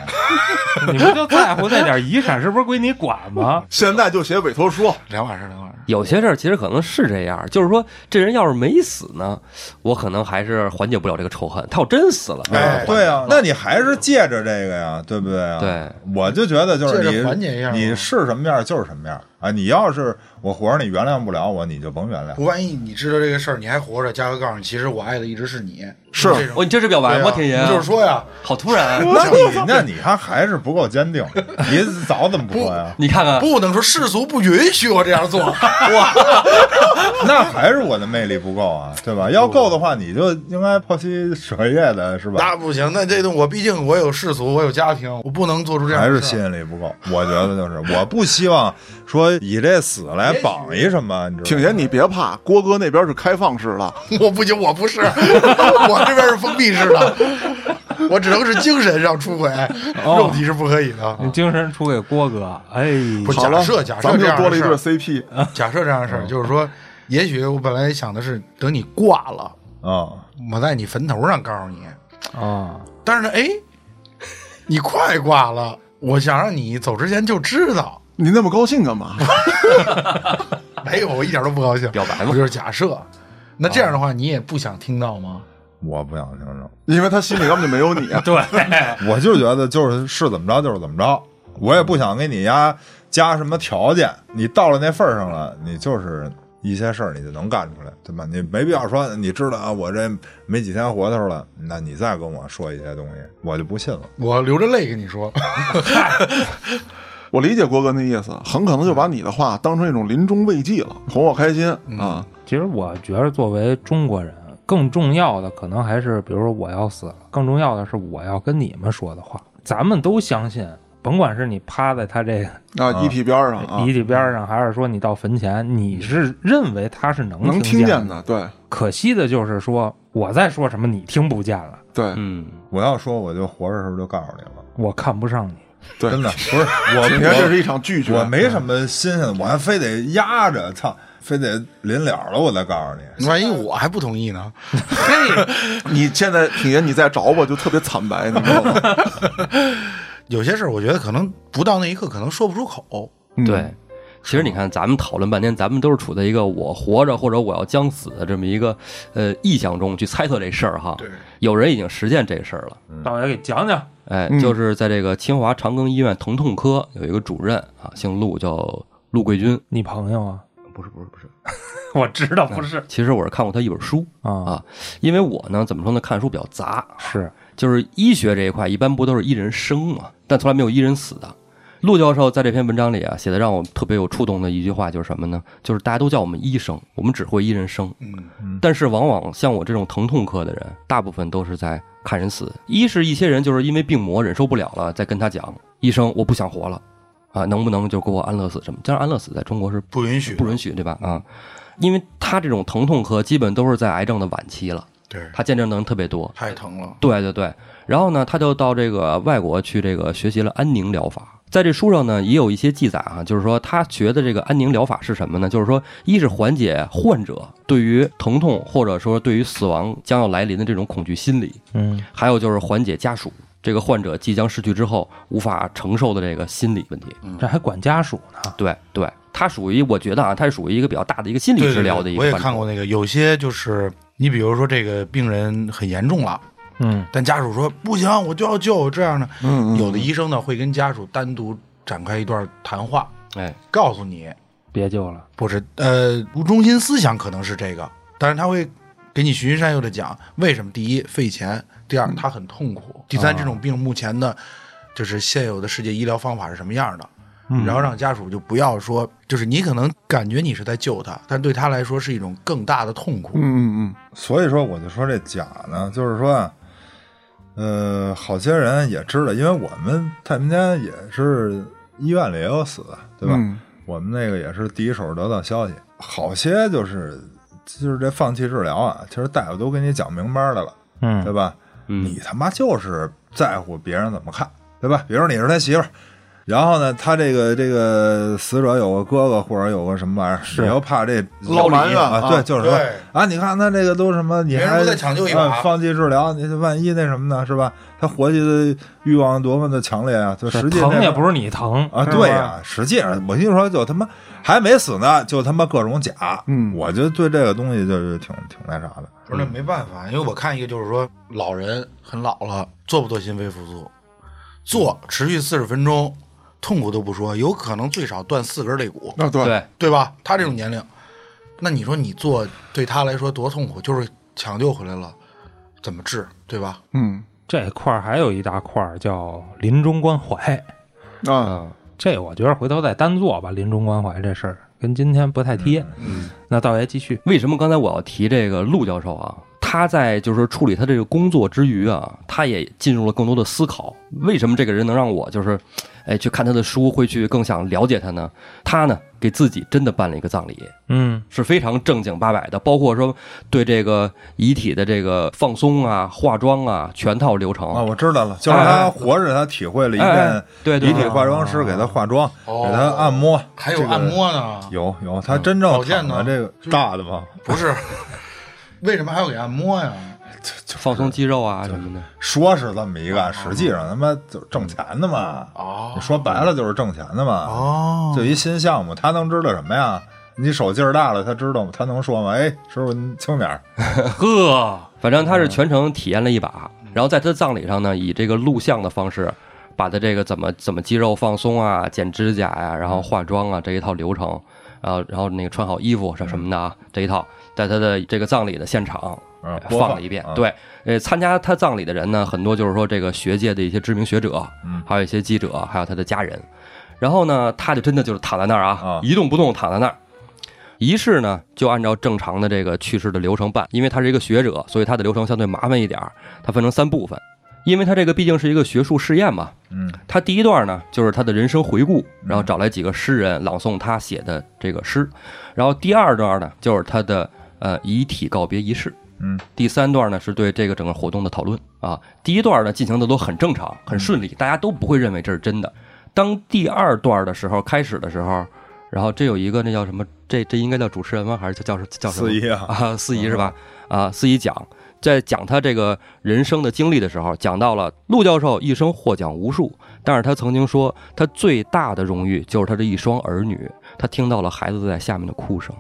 你不就在乎那点遗产是不是归你管 [LAUGHS] 啊吗？现在就写委托书，两码事，两码事。有些事儿其实可能是这样，就是说这人要是没死呢，我可能还是缓解不了这个仇恨。他要真死了，哎，对啊，那你还是借着这个呀，对不对啊？对，我就觉得就是借你着缓解一下嘛你是什么样就是什么样啊。你要是我活着，你原谅不了我，你就甭原谅。万一你知道这个事儿，你还活着，嘉哥告诉你，其实我爱的一直是你。是这种哦，你这是表白对啊吗，天爷？你就是说呀，好突然，啊那 [LAUGHS] 你那你还还是不够坚 [LAUGHS] 定，你早怎么不说呀？你看看，不能说世俗不允许 [LAUGHS] 我这样做。那还是我的魅力不够啊，对吧？要够的话，你就应该剖析蛇叶的是吧？那不行，那这东我毕竟我有世俗，我有家庭，我不能做出这啊样还是的吸事儿。引力不够，我觉得就是， [LAUGHS] 我不希望说以这死来绑一什么，你知挺道吗？爷你别怕，郭哥那边是开放式的， [LAUGHS] 我不行，我不是，我这边是封闭式的，我只能是精神上出轨，肉体是不可以的。你精神出给郭哥，哎，不好了假设假设咱们这就样的多了一对事儿 CP，假设这样的事嗯儿，就是说，也许我本来想的是，等你挂了，啊，我在你坟头上告诉你，啊，。但是呢，哎，你快挂了，我想让你走之前就知道。 [LAUGHS] 你那么高兴干嘛？ [LAUGHS] 没有，我一点都不高兴。表白我嘛，就是假设。那这样的话，你也不想听到吗？我不想听着，因为他心里根本就没有你啊 [LAUGHS] 对，我就觉得就是是怎么着就是怎么着，我也不想给你家加什么条件，你到了那份儿上了，你就是。一些事儿你就能干出来，对吧？你没必要说你知道啊，我这没几天活头了，那你再跟我说一些东西，我就不信了。我流着泪跟你 [LAUGHS] 说，我理解郭哥那意思，很可能就把你的话当成一种临终慰藉了，哄我开心啊。其实我觉得作为中国人，更重要的可能还是，比如说我要死了，更重要的是我要跟你们说的话。咱们都相信，甭管是你趴在他这个啊，遗体边儿上啊遗，体边上，还是说你到坟前，你是认为他是能能听听见嗯见。的，对可惜的就是说，我在说什么你听不见了，对，嗯，我要说我就活着的时候就告诉你了，我看不上你。对真的不是 [LAUGHS] 我，你看这是我一场拒绝，我没什么新鲜，我还非得压着，操，非得临了了我再告诉你。万一我还不同意呢？你现在挺爷你再找我就特别惨白，你知道吗？ [LAUGHS] 有些事儿，我觉得可能不到那一刻，可能说不出口。嗯对。其实你看，咱们讨论半天，咱们都是处在一个我活着或者我要将死的这么一个呃臆想中去猜测这事儿哈。对，有人已经实践这事儿了。道爷给讲讲，哎嗯，就是在这个清华长庚医院疼痛科有一个主任啊，姓陆，叫陆桂军。你朋友啊？不是不是不是， [LAUGHS] 我知道不是其实我是看过他一本书啊，啊，因为我呢怎么说呢，看书比较杂，是就是医学这一块一般不都是一人生嘛，但从来没有一人死的。陆教授在这篇文章里啊写的让我特别有触动的一句话就是什么呢？就是大家都叫我们医生，我们只会一人生，嗯，但是往往像我这种疼痛科的人，大部分都是在看人死。一是一些人就是因为病魔忍受不了了，再跟他讲医生我不想活了，啊，能不能就给我安乐死什么？但是安乐死在中国是不允许，不允许，对吧？啊，因为他这种疼痛科基本都是在癌症的晚期了，对，他见证的人特别多。太疼了。对对对，然后呢，他就到这个外国去这个学习了安宁疗法。在这书上呢，也有一些记载啊，就是说他学的这个安宁疗法是什么呢？就是说，一是缓解患者对于疼痛或者说对于死亡将要来临的这种恐惧心理，嗯还有就是缓解家属这个患者即将逝去之后无法承受的这个心理问题。嗯这还管家属呢。对对，它属于我觉得啊，它是属于一个比较大的一个心理对治对疗对的一个我也范畴看过那个，有些就是你比如说这个病人很严重了，嗯但家属说不行，我就要救这样的，嗯嗯有的医生呢会跟家属单独展开一段谈话，哎，告诉你别救了，不是，呃，中心思想可能是这个，但是他会给你循循善诱的讲为什么：第一费钱，第嗯二他很痛啊苦，第三这种病目前的，就是现有的世界医疗方法是什么样的。嗯然后让家属就不要说，就是你可能感觉你是在救他，但对他来说是一种更大的痛苦。嗯嗯所以说，我就说这假呢，就是说啊，呃，好些人也知道，因为我们太平间也是医院里也有死的，对吧？嗯我们那个也是第一手得到消息，好些就是就是这放弃治疗啊，其实大夫都给你讲明白的了，嗯对吧？嗯你他妈就是在乎别人怎么看，对吧？比如你是他媳妇儿，然后呢，他这个这个死者有个哥哥或者有个什么玩意儿，你又怕这捞老埋怨啊，啊对，就是说对啊，你看他这个都什么，你别人还不再抢救一把啊放弃治疗，你万一那什么呢，是吧？他活计的欲望多么的强烈啊！就实际那疼也不是你疼啊，对呀、实际上我跟你说，就他妈还没死呢，就他妈各种假。嗯我就对这个东西就是挺挺那啥的。不是那没办法，因为我看一个就是说，老人很老了，做不做心肺复苏？做，持续四十分钟，痛苦都不说，有可能最少断四根肋骨，嗯，啊对，对，对吧？他这种年龄，那你说你做对他来说多痛苦？就是抢救回来了，怎么治，对吧？嗯这块儿还有一大块儿叫临终关怀，啊嗯，这我觉得回头再单做吧。临终关怀这事儿跟今天不太贴。嗯那道爷继续，为什么刚才我要提这个陆教授啊？他在就是说处理他这个工作之余啊，他也进入了更多的思考。为什么这个人能让我就是，哎，去看他的书，会去更想了解他呢？他呢，给自己真的办了一个葬礼，嗯是非常正经八百的，包括说对这个遗体的这个放松啊、化妆啊，全套流程。啊，我知道了，就是哎他哎活着，他体会了一哎遍哎对对遗体化妆师给他化妆，哦给他按摩，还有这个按。摩呢？有有，他真正保健躺的呢这个大的吗？不是？ [LAUGHS] 为什么还要给按摩呀？放松肌肉啊什么的，说是这么一个，实际上他妈就是挣钱的嘛。哦说白了就是挣钱的嘛。哦就一新项目，他能知道什么呀？你手劲儿大了，他知道吗？他能说吗？哎，师傅，你轻点儿。呵，反正他嗯是全程体验了一把，然后在他的葬礼上呢，以这个录像的方式，把他这个怎么怎么肌肉放松啊、剪指甲呀、然后化妆嗯啊这一套流程，然后然后那个穿好衣服什什么的啊这一套，在他的这个葬礼的现场嗯呃播放放了一遍啊。对，呃，参加他葬礼的人呢，很多就是说这个学界的一些知名学者嗯，还有一些记者，还有他的家人。然后呢，他就真的就是躺在那儿啊啊，一动不动躺在那儿。仪式呢，就按照正常的这个去世的流程办，因为他是一个学者，所以他的流程相对麻烦一点儿。它分成三部分，因为他这个毕竟是一个学术试验嘛。嗯他第一段呢，就是他的人生回顾，然后找来几个诗人朗诵他写的这个诗，然后第二段呢，就是他的呃遗体告别仪式。嗯，第三段呢是对这个整个活动的讨论啊。第一段呢进行的都很正常、很顺利，大家都不会认为这是真的。当第二段的时候开始的时候，然后这有一个那叫什么？这这应该叫主持人吗？还是叫叫叫什么？四一啊，啊，司仪是吧？啊，司仪讲，在讲他这个人生的经历的时候，讲到了陆教授一生获奖无数，但是他曾经说，他最大的荣誉就是他这一双儿女，他听到了孩子在下面的哭声，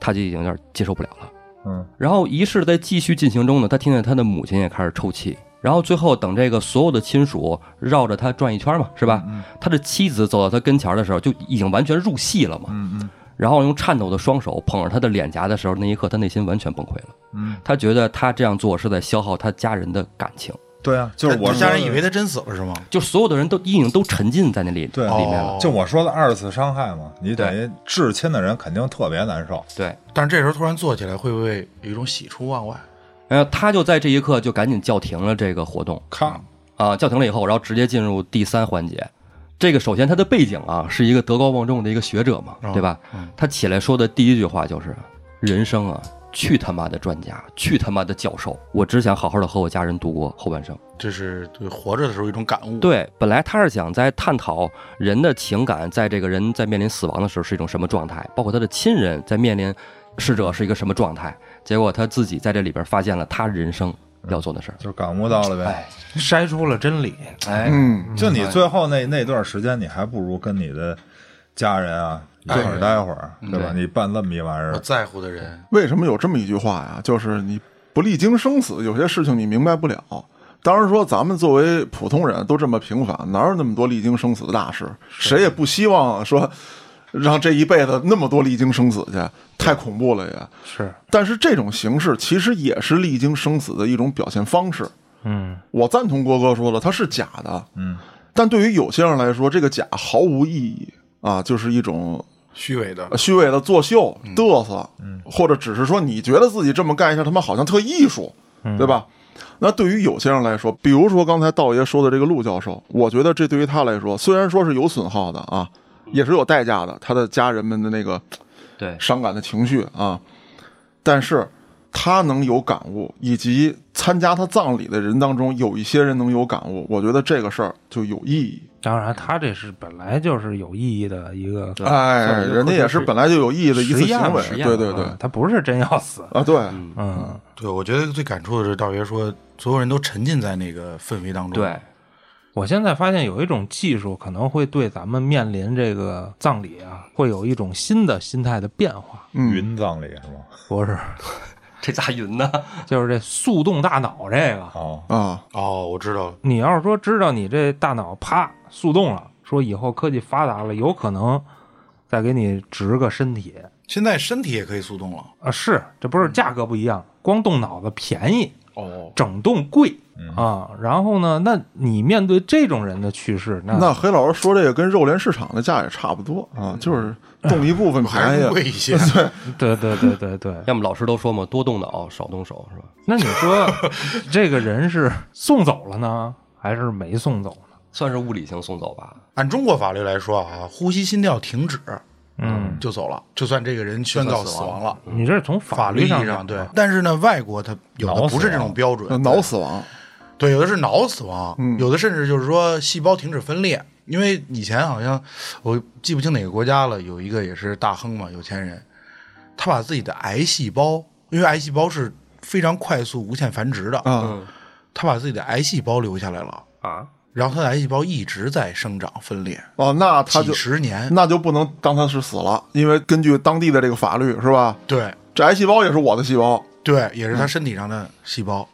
他就已经有点接受不了了。嗯然后仪式在继续进行中呢，他听见他的母亲也开始抽泣。然后最后等这个所有的亲属绕着他转一圈嘛，是吧？他的妻子走到他跟前的时候，就已经完全入戏了嘛。嗯嗯然后用颤抖的双手捧着他的脸颊的时候，那一刻他内心完全崩溃了。嗯，他觉得他这样做是在消耗他家人的感情，对啊，就是我他哎家人说以的为他真死了是吗？就所有的人都阴影都沉浸在那里对里面了。哦就我说的二次伤害嘛，你等于至亲的人肯定特别难受。对，但是这时候突然坐起来，会不会有一种喜出望外？然后他就在这一刻就赶紧叫停了这个活动咔，啊，叫停了以后，然后直接进入第三环节。这个首先他的背景啊是一个德高望重的一个学者嘛，哦对吧？嗯他起来说的第一句话就是：“人生啊，去他妈的专家，去他妈的教授，我只想好好的和我家人度过后半生。”这是对活着的时候一种感悟。，对，本来他是想在探讨人的情感，在这个人在面临死亡的时候是一种什么状态，包括他的亲人在面临逝者是一个什么状态。结果他自己在这里边发现了他人生要做的事儿。就感悟到了呗。筛出了真理，哎，嗯就你最后那那段时间，你还不如跟你的家人啊一块儿待会儿，对吧？嗯你办这么一玩意我儿，在乎的人，为什么有这么一句话呀？就是你不历经生死，有些事情你明白不了。当然说，咱们作为普通人都这么平凡，哪有那么多历经生死的大事？谁也不希望说让这一辈子那么多历经生死去，太恐怖了也。是，但是这种形式其实也是历经生死的一种表现方式。嗯，我赞同郭哥说了，它是假的，嗯，但对于有些人来说，这个假毫无意义啊，就是一种虚伪的呃，虚伪的作秀、嘚瑟，或者只是说你觉得自己这么干一下，他妈好像特艺术，对吧？那对于有些人来说，比如说刚才道爷说的这个陆教授，我觉得这对于他来说，虽然说是有损耗的啊，也是有代价的，他的家人们的那个对，伤感的情绪啊，但是他能有感悟，以及参加他葬礼的人当中有一些人能有感悟，我觉得这个事儿就有意义。当然，他这是本来就是有意义的一个对哎，人家也是本来就有意义的一实次验行为，实验对对对，嗯他不是真要死，啊对，嗯，对，我觉得最感触的是道爷说，所有人都沉浸在那个氛围当中。对，我现在发现有一种技术可能会对咱们面临这个葬礼啊，会有一种新的心态的变化。嗯云葬礼是吗？不是，这咋云呢？就是这速冻大脑这个，哦，啊，哦，我知道了，你要是说知道你这大脑啪速冻了，说以后科技发达了，有可能再给你植个身体现在身体也可以速冻了。啊，是这不是价格不一样，光动脑子便宜，哦，整动贵嗯啊。然后呢，那你面对这种人的去世，啊那那黑老师说这个跟肉联市场的价也差不多啊，就是动一部分嗯还便是宜，贵一些。对对对对 [LAUGHS] 对，要么老师都说嘛，多动脑，少动手，是吧？那你说这个人是送走了呢，还是没送走呢？算是物理性送走吧。按中国法律来说啊，呼吸心跳停止嗯，就走了，就算这个人宣告死亡了。你这是从法律律意上义上讲对啊，但是呢，外国它有的不是这种标呃准，脑死亡，对，有的是脑死亡，嗯有的甚至就是说细胞停止分裂。因为以前好像我记不清哪个国家了，有一个也是大亨嘛，有钱人，他把自己的癌细胞，因为癌细胞是非常快速无限繁殖的，啊他把自己的癌细胞留下来了，啊，然后他的癌细胞一直在生长分裂，哦，那他几就嗯十年。那就不能当他是死了，因为根据当地的这个法律是吧？对这癌细胞也是我的细胞，对，也嗯是他身体上的细胞。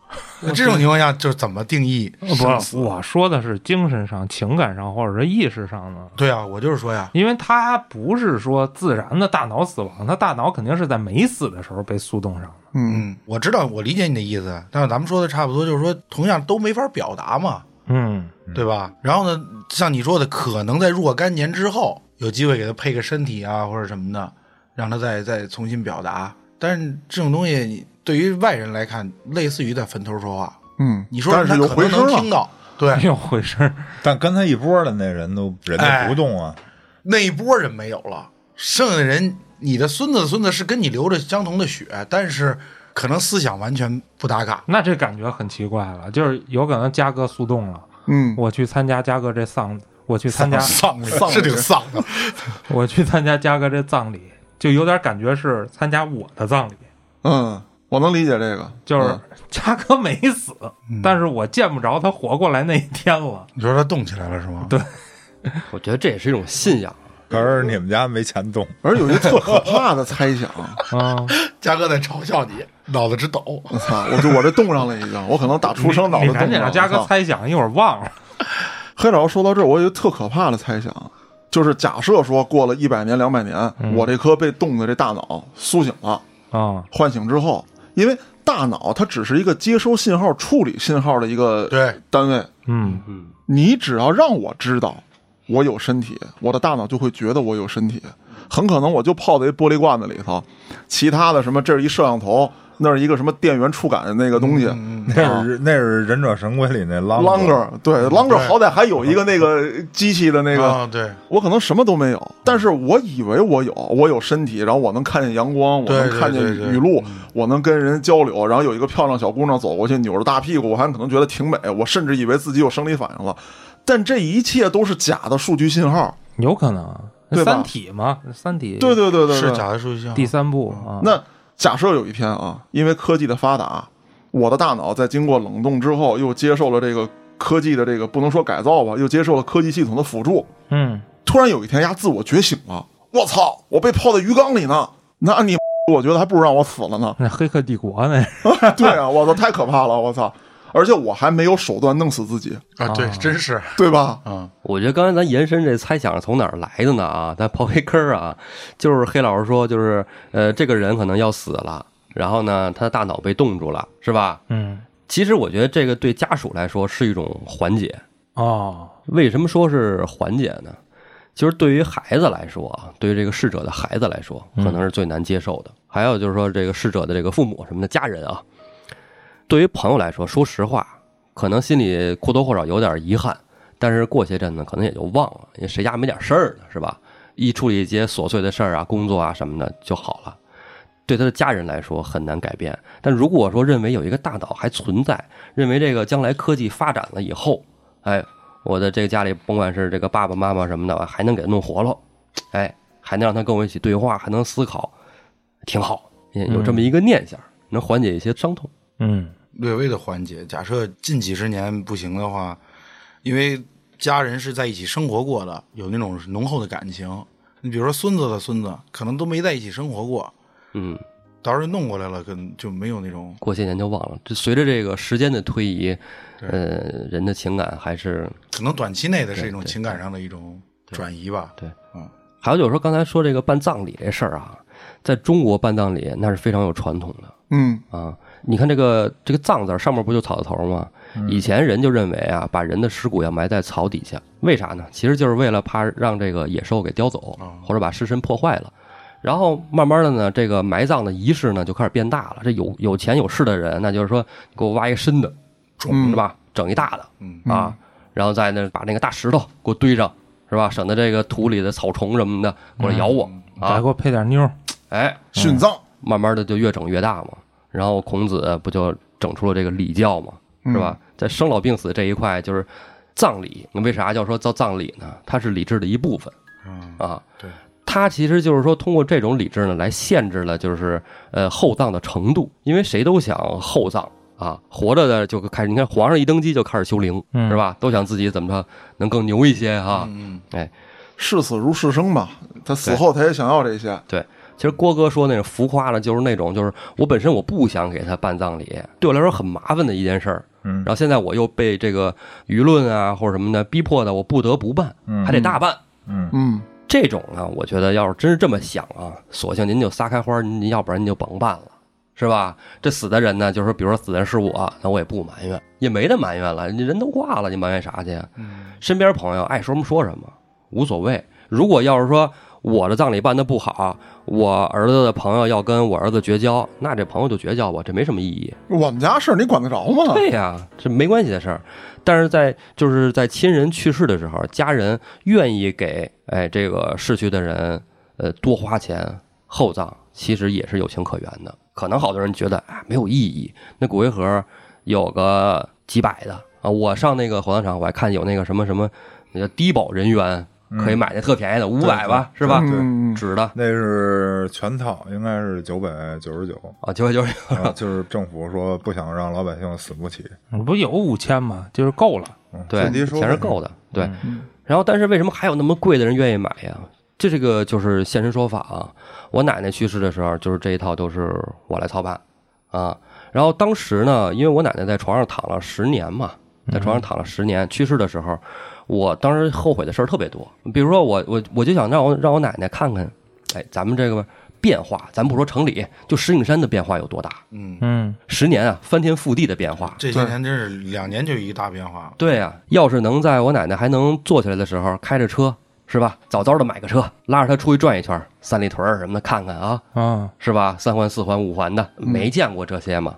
那这种情况下，就是怎么定义嗯生呃不，死？我说的是精神上、情感上或者是意识上呢，对啊，我就是说呀，因为他不是说自然的大脑死亡，他大脑肯定是在没死的时候被速冻上的。嗯，嗯，我知道，我理解你的意思，但是咱们说的差不多，就是说同样都没法表达嘛，嗯，对吧？然后呢，像你说的，可能在若干年之后有机会给他配个身体啊，或者什么的，让他再再重新表达。但是这种东西，你对于外人来看，类似于在坟头说话，嗯，你说但是他有可回能声能了听，到，对 [LAUGHS] 又哎回事儿。但跟他一波的那人都人家不动哎啊，那一波人没有了，剩下的人，你的孙子的孙子是跟你流着相同的血，但是可能思想完全不搭嘎。那这感觉很奇怪了，就是有可能嘉哥速冻了，嗯，我去参加嘉哥这丧，我去参加，丧的丧是挺的丧的，我去参加嘉哥这葬礼，就有点感觉是参加我的葬礼，嗯，我能理解这个，就是嗯嘉哥没死，但是我见不着他活过来那一天 [LAUGHS] 了。你说他动起来了是吗？对，我觉得这也是一种信仰。可是你们家没钱动，嗯而有一特可怕的猜想，嗯，嘉哥在嘲笑你，脑子直抖。我操，我就我这冻上了已经，我可能打出生脑啊你子赶冻紧上了。让嘉哥操猜想，一会儿忘了。黑老师说到这儿，我有一个特可怕的猜想，就是假设说过了一百年、两百年，嗯我这颗被冻的这大脑苏醒了，啊、唤醒之后，因为大脑它只是一个接收信号、处理信号的一个对单位，嗯，嗯，你只要让我知道我有身体，我的大脑就会觉得我有身体，很可能我就泡在一玻璃罐子里头，其他的什么这是一摄像头，那是一个什么电源触感的那个东西。嗯那是那是忍者神龟里那狼啷哥，个对啷个嗯对好歹还有一个那个机器的那个啊，对，我可能什么都没嗯有，但是我以为我有，我有身体，然后我能看见阳光，我对能看见对对对嗯雨露，我能跟人交流，然后有一个漂亮小姑娘走过去扭着大屁股，我还可能觉得挺美，我甚至以为自己有生理反应了，但这一切都是假的数据信号。有可能。对吧三体嘛，三体对对对对是对，假的数据信号第三部啊，那假设有一天啊，因为科技的发达，我的大脑在经过冷冻之后，又接受了这个科技的这个不能说改造吧，又接受了科技系统的辅助，嗯，突然有一天，丫自我觉醒了，我操，我被泡在鱼缸里呢，那你。 [LAUGHS] 我觉得还不如让我死了 [LAUGHS] 呢。那《黑客帝国》那对啊，我操，太可怕了，我操！而且我还没有手段弄死自己，啊，对，真是，对吧？嗯，我觉得刚才咱延伸这猜想是从哪儿来的呢？啊，咱刨一坑儿啊，就是黑老师说，就是呃，这个人可能要死了，然后呢，他的大脑被冻住了，是吧？嗯其实我觉得这个对家属来说是一种缓解。哦，为什么说是缓解呢？其实对于孩子来说啊，对于这个逝者的孩子来说，可能是最难接受的。还有就是说，这个逝者的这个父母什么的家人啊，对于朋友来说，说实话，可能心里或多或少有点遗憾，但是过些阵子可能也就忘了，因为谁家没点事儿呢，是吧？一处理一些琐碎的事儿啊、工作啊什么的就好了。对他的家人来说很难改变，但如果说认为有一个大脑还存在，认为这个将来科技发展了以后，哎，我的这个家里甭管是这个爸爸妈妈什么的，还能给他弄活了，哎，还能让他跟我一起对话，还能思考，挺好，也有这么一个念想，能缓解一些伤痛。嗯略微的缓解。假设近几十年不行的话，因为家人是在一起生活过的，有那种浓厚的感情。你比如说孙子的孙子，可能都没在一起生活过，嗯，到时候弄过来了，可能就没有那种过些年就忘了。这随着这个时间的推移，呃，人的情感还是可能短期内的是一种对对情感上的一种转移吧。对，嗯，还有就是说刚才说这个办葬礼这事儿啊，在中国办葬礼那是非常有传统的。嗯，啊，你看这个这个葬字儿上面不就草字头吗？嗯以前人就认为啊，把人的尸骨要埋在草底下，为啥呢？其实就是为了怕让这个野兽给叼走哦，或者把尸身破坏了。然后慢慢的呢，这个埋葬的仪式呢就开始变大了。这有有钱有势的人，那就是说你给我挖一个深的，嗯是吧？整一大的，嗯啊，然后再那把那个大石头给我堆上，是吧？省得这个土里的草虫什么的过来咬我嗯再啊给！我配点妞儿，哎，殉葬，慢慢的就越整越大嘛。然后孔子不就整出了这个礼教嘛，嗯嗯是吧？在生老病死这一块，就是葬礼，你为啥要说叫葬礼呢？它是礼制的一部分嗯，啊。对，它其实就是说通过这种礼制呢，来限制了就是呃厚葬的程度，因为谁都想厚葬啊，活着的就开始，你看皇上一登基就开始修陵，嗯是吧？都想自己怎么着能更牛一些哈、嗯哎，视死如是生吧。他死后他也想要这些，其实郭哥说那种浮夸呢，就是那种就是我本身我不想给他办葬礼，对我来说很麻烦的一件事儿。嗯然后现在我又被这个舆论啊或者什么的逼迫的，我不得不办，嗯还得大办。嗯，嗯，这种呢，我觉得要是真是这么想啊，索性您就撒开花，您要不然您就甭办了，是吧？这死的人呢，就是说比如说死的人是我，那我也不埋怨，也没得埋怨了，你人都挂了，你埋怨啥去呀？嗯身边朋友爱说什么说什么，无所谓。如果要是说我的葬礼办得不好，我儿子的朋友要跟我儿子绝交，那这朋友就绝交吧，这没什么意义。我们家事儿你管得着 [LAUGHS] 吗？对呀、这没关系的事儿。但是在就是在亲人去世的时候，家人愿意给哎这个逝去的人呃多花钱厚葬，其实也是有情可原的。可能好多人觉得啊没有意义，那骨灰盒有个几百的啊，我上那个火葬场我还看有那个什么什么那叫低保人员可以买那特便宜的五百吧，是吧？嗯，纸的那是全套，应该是九百九十 [LAUGHS] 九，啊，九百九十九。啊就是政府说不想让老百姓死不起，不有五千吗？就是够了。嗯对，最低收钱是费嗯够的，对。然后，但是为什么还有那么贵的人愿意买呀？这这个就是现身说法啊。我奶奶去世的时候，就是这一套都是我来操办啊。然后当时呢，因为我奶奶在床上躺了十年嘛，在床上躺了十年，去世的时候，我当时后悔的事儿特别多。比如说我，我我就想让我让我奶奶看看，哎，咱们这个变化，咱不说城里，就石景山的变化有多大，嗯，嗯十年啊，翻天覆地的变化。这些年真是两年就一个大变化，对呀、要是能在我奶奶还能坐起来的时候开着车，是吧？早早的买个车，拉着她出去转一圈，三里屯儿什么的看看啊，啊，是吧？三环、四环、五环的，嗯没见过这些嘛，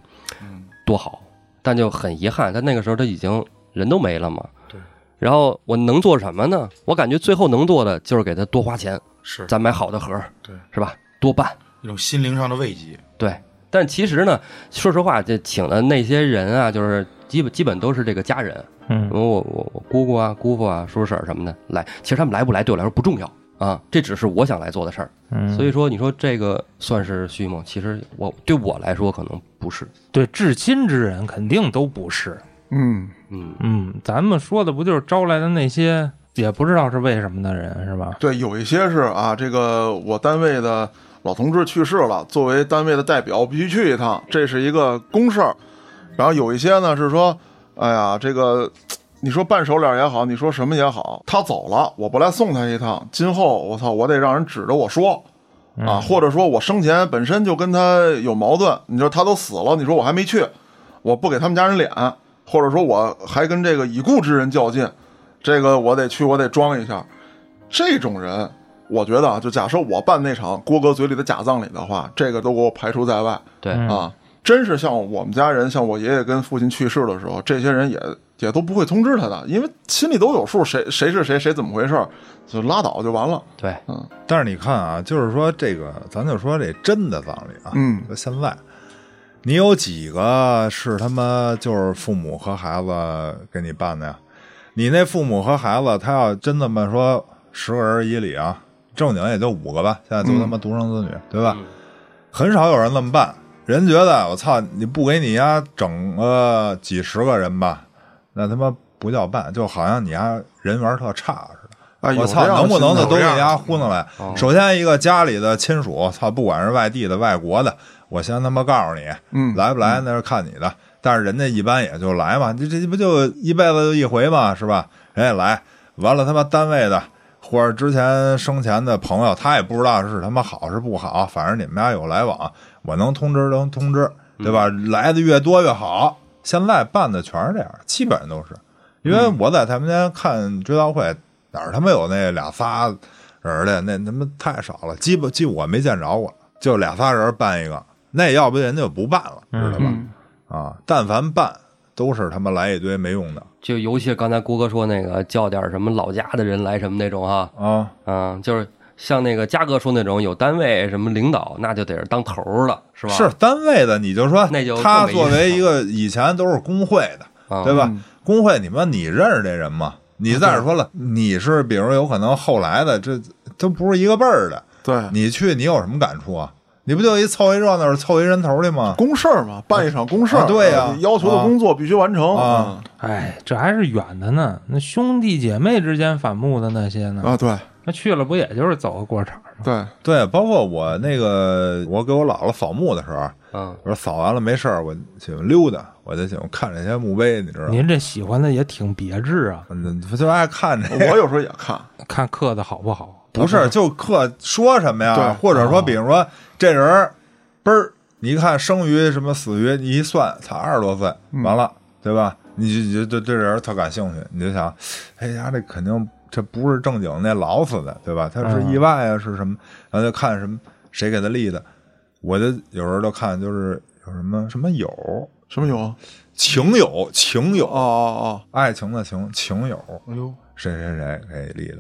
多好！但就很遗憾，但那个时候他已经人都没了嘛。对。然后我能做什么呢？我感觉最后能做的就是给他多花钱，是咱买好的盒儿，对是吧？多办，一种心灵上的慰藉。对，但其实呢，说实话，这请的那些人啊，就是基本基本都是这个家人，嗯什么我我我姑姑啊、姑父啊、叔叔婶儿什么的来，其实他们来不来对我来说不重要啊，这只是我想来做的事儿。嗯，所以说，你说这个算是虚吗？其实我对我来说可能不是。对至亲之人肯定都不是。嗯，嗯，嗯，咱们说的不就是招来的那些也不知道是为什么的人是吧？对，有一些是啊，这个我单位的老同志去世了，作为单位的代表必须去一趟，这是一个公事儿。然后有一些呢是说，哎呀，这个你说半手脸也好，你说什么也好，他走了，我不来送他一趟，今后我操，我得让人指着我说。啊，或者说我生前本身就跟他有矛盾，你说他都死了，你说我还没去，我不给他们家人脸，或者说我还跟这个已故之人较劲，这个我得去，我得装一下。这种人，我觉得啊，就假设我办那场郭哥嘴里的假葬礼的话，这个都给我排除在外。对嗯啊，真是像我们家人，像我爷爷跟父亲去世的时候，这些人也也都不会通知他的，因为心里都有数，谁谁是谁，谁怎么回事儿，就拉倒就完了。对，嗯但是你看啊，就是说这个，咱就说这真的葬礼啊，嗯就现在，你有几个是他妈就是父母和孩子给你办的呀？你那父母和孩子，他要真这么说，十个人一礼啊，正经也就五个吧，现在都他妈独生子女，对吧？很少有人这么办。人觉得我操，你不给你丫整个几十个人吧，那他妈不叫办，就好像你丫人缘特差似的。哎，有我这操，样的能不能心的态都给家糊弄来？首先一个家里的亲属，操，不管是外地的、外国的，我先他妈告诉你，嗯来不来那是看你的。但是人家一般也就来嘛，这这不就一辈子就一回嘛，是吧？人家来完了，他妈单位的或者之前生前的朋友，他也不知道是他妈好是不好，反正你们俩有来往，我能通知能通知，对吧？来的越多越好。现在办的全是这样，基本上都是。因为我在他们家看追悼会，哪儿他妈有那俩仨人的？那他妈太少了，基本基本我没见着过，就俩仨人办一个，那要不人家就不办了，知道吧？嗯啊，但凡办都是他妈来一堆没用的就尤其是刚才郭哥说那个叫点什么老家的人来什么那种哈，啊！嗯，就是像那个嘉哥说那种有单位什么领导，那就得是当头儿了，是吧？是单位的，你就说那就他更没意思作为一个以前都是工会的，啊，对吧嗯？工会，你妈你认识这人吗？你再说了，你是比如有可能后来的，这都不是一个辈儿的，对，你去你有什么感触啊？你不就一凑一热闹凑一人头去吗？公事儿嘛，办一场公事儿、啊对呀呃要求的工作必须完成啊哎，这还是远的呢。那兄弟姐妹之间反目的那些呢，啊，对那去了不也就是走个过场吗？对，对，包括我那个，我给我姥姥扫墓的时候，嗯，我说扫完了没事儿，我喜欢溜达，我就喜欢看这些墓碑，你知道吗？您这喜欢的也挺别致啊，嗯，就爱看这个。我有时候也看，看刻的好不好？不是，啊就客说什么对呀？或者说，比如说这人儿倍儿，你一看生于什么死于，你一算，才二十多岁，完了，对吧？你就你就对对这人特感兴趣，你就想，哎呀，这肯定这不是正经那老死的，对吧？他是意外啊，是什么？然后就看什么谁给他立的。我就有时候就看，就是有什么什么友，什么有哦情友，情友，哦爱情的情，情友，哎呦，谁谁谁给立的。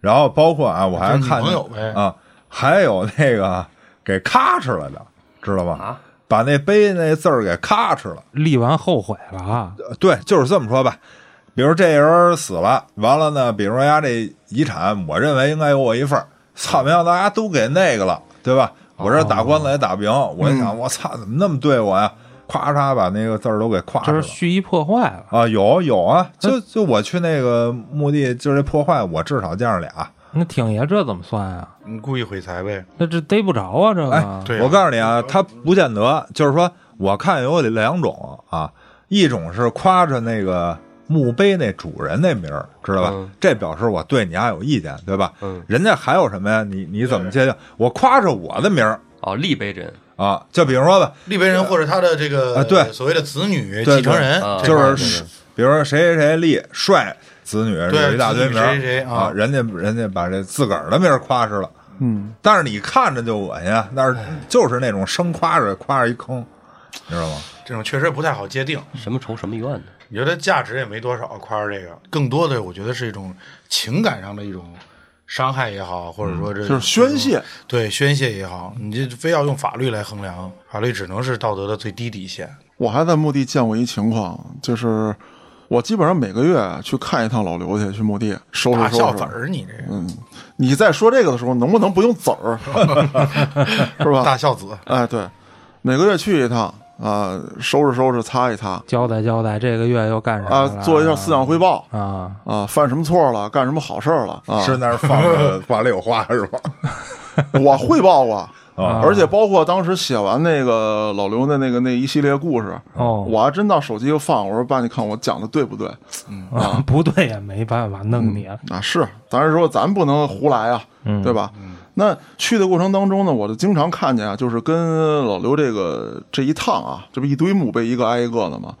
然后包括啊，我还就是女看朋友呗啊，还有那个给咔哧了的，知道吧？啊把那碑那字儿给咔哧了。立完后悔了啊！呃对，就是这么说吧。比如这人死了，完了呢，比如说呀这遗产，我认为应该有我一份儿。操，没想到大家都给那个了，对吧？我这打官司也打不赢，我一想，嗯我操，怎么那么对我呀？咔嚓，把那个字儿都给夸哧这了是。蓄意破坏了。啊，有有啊，就就我去那个墓地，就是这破坏，我至少见着俩。那挺爷这怎么算啊？你故意毁财呗？那这逮不着啊，这个、哎对啊我告诉你啊，他不见得，就是说，我看有两种啊，一种是夸着那个墓碑那主人那名儿，知道吧？嗯这表示我对你家有意见，对吧？嗯人家还有什么呀？你你怎么界定？我夸着我的名儿哦，立碑真，啊，就比如说吧，立碑人或者他的这个啊对所谓的子女对继承人对啊，这块儿就是是比如说谁谁谁立帅子女有一大堆名儿子女谁谁谁啊啊，人家人家把这自个儿的名儿夸着了。嗯，但是你看着就恶心，啊，但哎是就是那种生夸着夸着一坑，你知道吗？这种确实不太好界定。什么仇什么怨呢？你觉得价值也没多少，夸这个，更多的我觉得是一种情感上的一种伤害也好，或者说这、就是宣泄，对宣泄也好，你这非要用法律来衡量，法律只能是道德的最低底线。我还在墓地见过一情况，就是我基本上每个月去看一趟老刘去，去墓地收拾打收笑拾子。儿，你这个、你在说这个的时候，能不能不用子 [LAUGHS] 儿，是吧？大孝子，哎，对，每个月去一趟啊、收拾收拾，擦一擦啊、交代交代，这个月又干什么了做一下思想汇报啊，啊、犯什么错了， [LAUGHS] 干什么好事儿了啊？ [LAUGHS] 是那儿放着话里有话是吧？我汇报过，哦啊而且包括当时写完那个老刘的那个那一系列故事，哦，我还真到手机就放，我说爸，你看我讲的对不对？嗯啊，不对也没办法弄你啊，啊，是，咱是说咱不能胡来啊，嗯对吧？那去的过程当中呢，我就经常看见啊，就是跟老刘这个这一趟啊，这不一堆墓碑一个挨一个的嘛，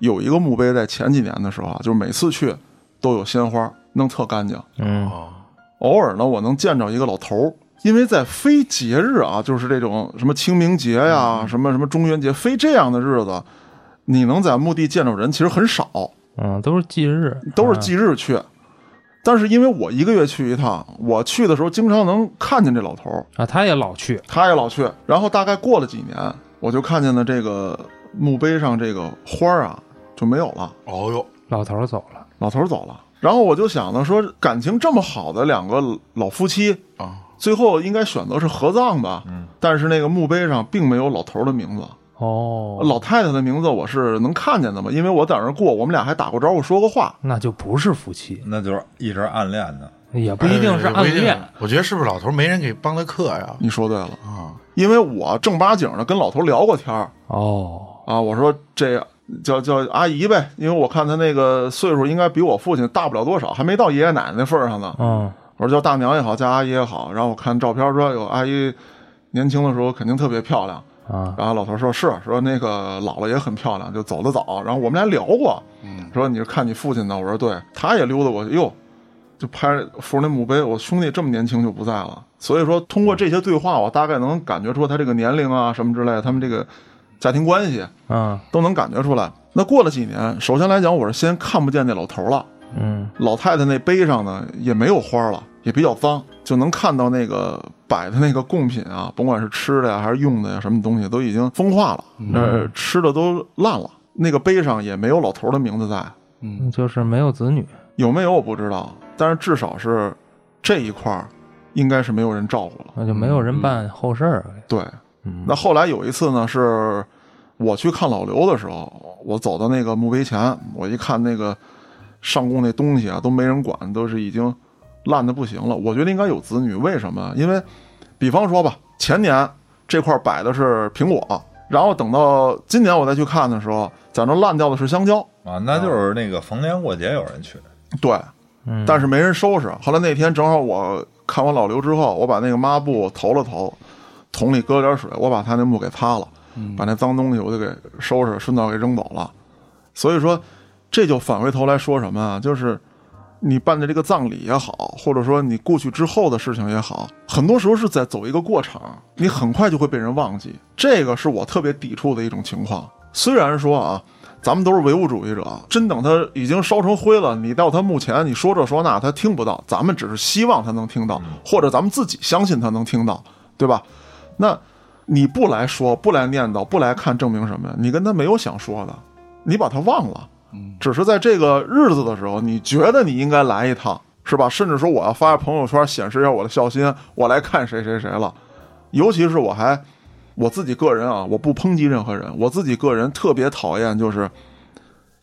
有一个墓碑在前几年的时候啊，就是每次去都有鲜花，弄特干净。嗯偶尔呢，我能见着一个老头儿，因为在非节日啊，就是这种什么清明节呀、嗯什么什么中元节，非这样的日子，你能在墓地见着人其实很少。嗯，都是忌日，都是忌日去。但是因为我一个月去一趟，我去的时候经常能看见这老头儿，啊，他也老去，他也老去。然后大概过了几年，我就看见了这个墓碑上这个花儿啊就没有了，哦哟，老头儿走了，老头儿走了。然后我就想呢，说感情这么好的两个老夫妻啊，最后应该选择是合葬吧。嗯，但是那个墓碑上并没有老头儿的名字，哦，老太太的名字我是能看见的嘛，因为我在那儿过，我们俩还打过招呼，说过话。那就不是夫妻，那就是一直暗恋的。也不一哎定是暗不一哎定啊恋，。我觉得是不是老头没人给帮他刻呀？你说对了。啊，因为我正八经的跟老头聊过天儿哦，啊，我说这叫叫阿姨呗，因为我看她那个岁数应该比我父亲大不了多少，还没到爷爷奶奶那份儿上呢。嗯，我说叫大娘也好，叫阿姨也好。然后我看照片说，有阿姨年轻的时候肯定特别漂亮。啊，然后老头说是，说那个姥姥也很漂亮，就走得早。然后我们俩聊过，说你是看你父亲的，我说对，他也溜达过去，哟，就拍扶那墓碑，我兄弟这么年轻就不在了。所以说，通过这些对话，我大概能感觉出他这个年龄啊什么之类的，他们这个家庭关系嗯都能感觉出来。那过了几年，首先来讲，我是先看不见那老头了，嗯，老太太那碑上呢也没有花了，也比较脏，就能看到那个摆的那个贡品啊， [LAUGHS] 甭管是吃的呀还是用的呀，什么东西都已经风化了，那、吃的都烂了。那个碑上也没有老头的名字在，嗯，就是没有子女，有没有我不知道，但是至少是这一块儿应该是没有人照顾了。那就没有人办后事儿了。对，嗯那后来有一次呢，是我去看老刘的时候，我走到那个墓碑前，我一看那个上供那东西啊，都没人管，都是已经烂的不行了。我觉得应该有子女，为什么？因为，比方说吧，前年这块摆的是苹果，然后等到今年我再去看的时候，在那烂掉的是香蕉。啊，那就是那个逢年过节有人去，对，嗯，但是没人收拾。后来那天正好我看完老刘之后，我把那个抹布投了投，桶里搁了点水，我把他那墓给擦了，把那脏东西我就给收拾，顺道给扔走了。所以说，这就返回头来说什么啊？就是你办的这个葬礼也好，或者说你过去之后的事情也好，很多时候是在走一个过场，你很快就会被人忘记。这个是我特别抵触的一种情况。虽然说啊，咱们都是唯物主义者，真等他已经烧成灰了，你到他墓前，你说这说那，他听不到。咱们只是希望他能听到，或者咱们自己相信他能听到，对吧？那你不来说，不来念叨，不来看，证明什么呀？你跟他没有想说的，你把他忘了。只是在这个日子的时候，你觉得你应该来一趟，是吧？甚至说我要发朋友圈显示一下我的孝心，我来看谁谁谁了。尤其是我还我自己个人啊，我不抨击任何人，我自己个人特别讨厌就是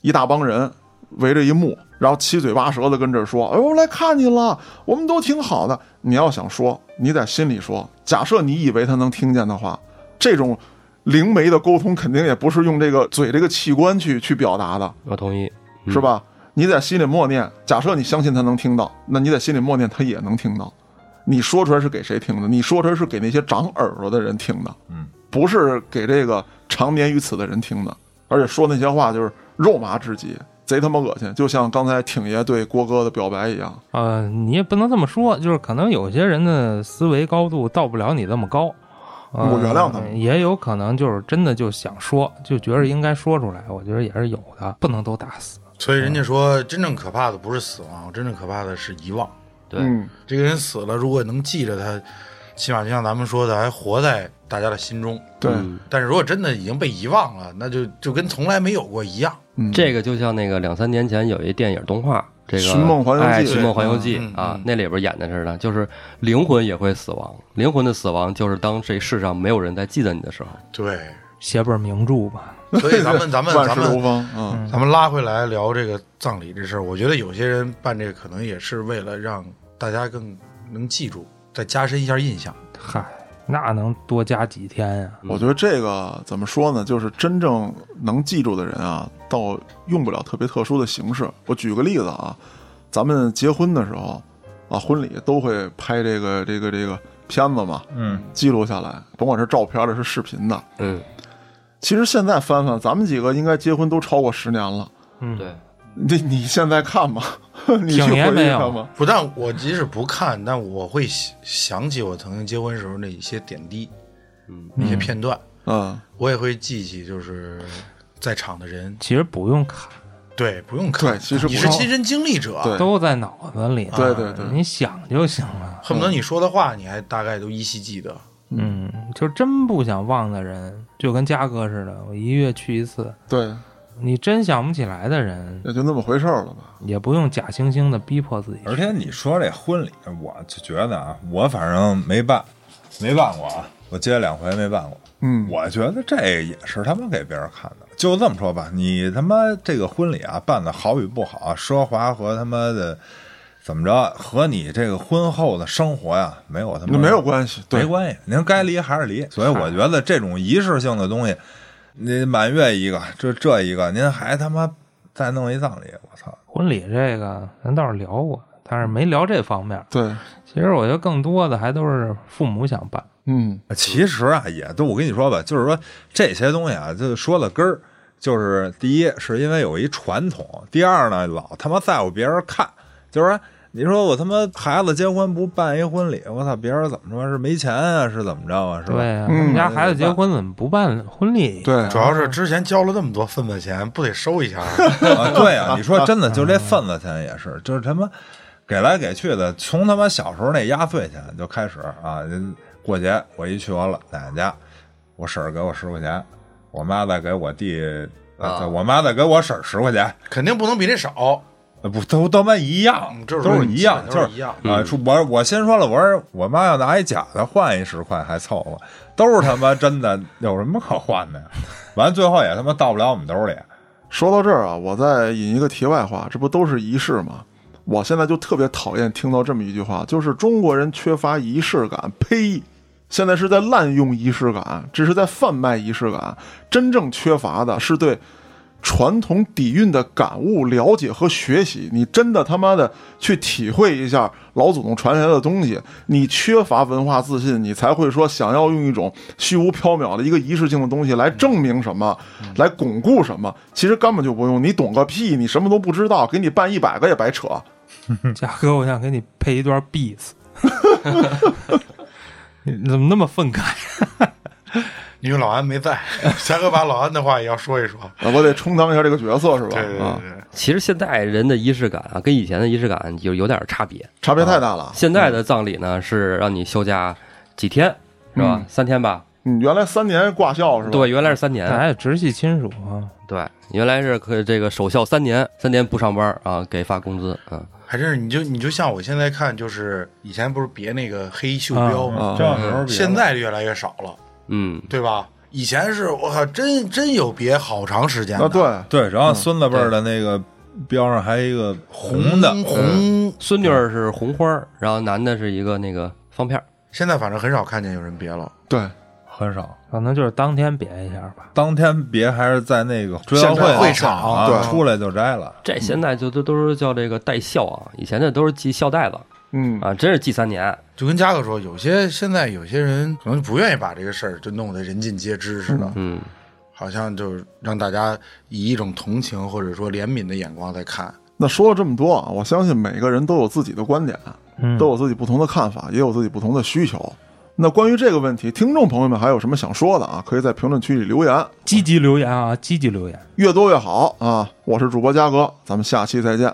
一大帮人围着一幕，然后七嘴八舌的跟这儿说：“哎，我来看你了，我们都挺好的。”你要想说，你在心里说。假设你以为他能听见的话，这种灵媒的沟通肯定也不是用这个嘴这个器官去去表达的。我同意，嗯是吧？你在心里默念，假设你相信他能听到，那你在心里默念他也能听到。你说出来是给谁听的？你说出来是给那些长耳朵的人听的，嗯，不是给这个长眠于此的人听的。而且说那些话就是肉麻至极，贼他妈恶心，就像刚才挺爷对郭哥的表白一样。呃，你也不能这么说，就是可能有些人的思维高度到不了你那么高。呃我原谅他们也有可能就是真的就想说，就觉得应该说出来，我觉得也是有的，不能都打死。所以人家说，真正可怕的不是死亡，真正可怕的是遗忘。对，嗯，这个人死了，如果能记着他，起码就像咱们说的，还活在大家的心中。对，嗯但是如果真的已经被遗忘了，那就就跟从来没有过一样。嗯，这个就像那个两三年前有一电影动画，这个《寻梦环游记哎寻梦环游记嗯》嗯啊嗯，那里边演的似的，就是灵魂也会死亡，灵魂的死亡就是当这世上没有人在记得你的时候。对，写本名著吧，所以咱们咱们嗯万咱事如们风啊，嗯咱们拉回来聊这个葬礼这事儿，我觉得有些人办这个可能也是为了让大家更能记住，再加深一下印象。嗨，那能多加几天啊呀、我觉得这个怎么说呢？就是真正能记住的人啊，倒用不了特别特殊的形式。我举个例子啊，咱们结婚的时候啊，婚礼都会拍这个这个这个片子嘛，嗯，记录下来，甭管是照片的，是视频的。嗯，其实现在翻翻，咱们几个应该结婚都超过十年了。嗯，对，你你现在看吧， [LAUGHS] 你去挺回年没忆有看吧。不但我即使不看，但我会想想起我曾经结婚时候那一些点滴，嗯，一些片段，嗯，我也会记起，就是在场的人，其实不用看，对，不用看，对其实不你是用亲身经历者，对都在脑子里呢。对对对你想就行了。恨不得你说的话你还大概都依稀记得。嗯，就真不想忘的人，就跟嘉哥似的，我一月去一次。对，你真想不起来的人，也就那么回事儿了吧。也不用假惺惺的逼迫自己。而且你说这婚礼，我就觉得啊，我反正没办，没办过啊，我接了两回没办过。嗯，我觉得这也是他妈给别人看的。就这么说吧，你他妈这个婚礼啊办的好与不好啊，奢华和他妈的怎么着，和你这个婚后的生活呀、没有他妈那没有关系，对没关系，您该离还是离。所以我觉得这种仪式性的东西，您满月一个，这这一个，您还他妈再弄一葬礼，我操！婚礼这个，咱倒是聊过，但嗯是没聊这方面。对，其实我觉得更多的还都是父母想办。嗯，其实啊，也都我跟你说吧，就是说这些东西啊，就说了根儿，就是第一是因为有一传统，第二呢老他妈在乎别人看，就是说你说我他妈孩子结婚不办一婚礼，我操，别人怎么说是没钱啊，是怎么着啊，是吧？对呀、嗯我们家孩子结婚怎么不办婚礼？，对，主要是之前交了那么多份子钱，不得收一 [LAUGHS] 下？啊，对啊，你说真的，就这份子钱也是，就是他妈给来给去的，从他妈小时候那压岁钱就开始啊。过节我一去我老奶奶家，我婶儿给我十块钱，我妈再给我弟，啊呃我妈再给我婶儿十块钱，肯定不能比这少。呃不都他妈一样嗯，这都是是一样，基本就都是是一样啊。说我我先说了，我说我妈要拿一假的换一十块还凑合，都是他妈真的，有什么可换的呀？完最后也他妈到不了我们兜里。说到这儿啊，我再引一个题外话，这不都是仪式吗？我现在就特别讨厌听到这么一句话，就是中国人缺乏仪式感。呸！现在是在滥用仪式感，这是在贩卖仪式感。真正缺乏的是对传统底蕴的感悟、了解和学习。你真的他妈的去体会一下老祖宗传下来的东西。你缺乏文化自信，你才会说想要用一种虚无缥缈的一个仪式性的东西来证明什么，来巩固什么。其实根本就不用，你懂个屁，你什么都不知道，给你办一百个也白扯。嘉哥，我想给你配一段 [LAUGHS] beats。你怎么那么愤慨？啊因为老安 [LAUGHS] 没在，咱可把老安的话也要说一说。啊我得充当一下这个角色是吧？对对啊对，对，其实现在人的仪式感啊，跟以前的仪式感有有点差别。差别太大了。现在的葬礼呢是让你休假几天，是吧？三天吧？你原来三年挂孝嗯是吧？哎对，原来是三年，咱也直系亲属啊，对，原来是可以这个守孝三年，三年不上班啊，给发工资啊。还真是你就你就像我现在看，就是以前不是别那个黑袖标吗？啊这样牛逼了现在越来越少了，嗯，对吧？以前是我靠，真真有别好长时间的啊，对，对，然后孙子辈儿的那嗯个标上还有一个红的，嗯红，孙女儿是红花儿，然后男的是一个那个方片儿。现在反正很少看见有人别了。对，很少。可能就是当天别一下吧。当天别还是在那个追悼现场会会场啊对出来就摘了。这现在就都都是叫这个带孝啊，以前这都是系孝带子嗯，啊，真是系三年。就跟嘉哥说，有些现在有些人可能就不愿意把这个事儿就弄得人尽皆知似的，嗯，好像就是让大家以一种同情或者说怜悯的眼光在看。那说了这么多啊，我相信每个人都有自己的观点，嗯，都有自己不同的看法，也有自己不同的需求。那关于这个问题，听众朋友们还有什么想说的啊？可以在评论区里留言，积极留言啊，积极留言。越多越好啊！我是主播嘉哥，咱们下期再见。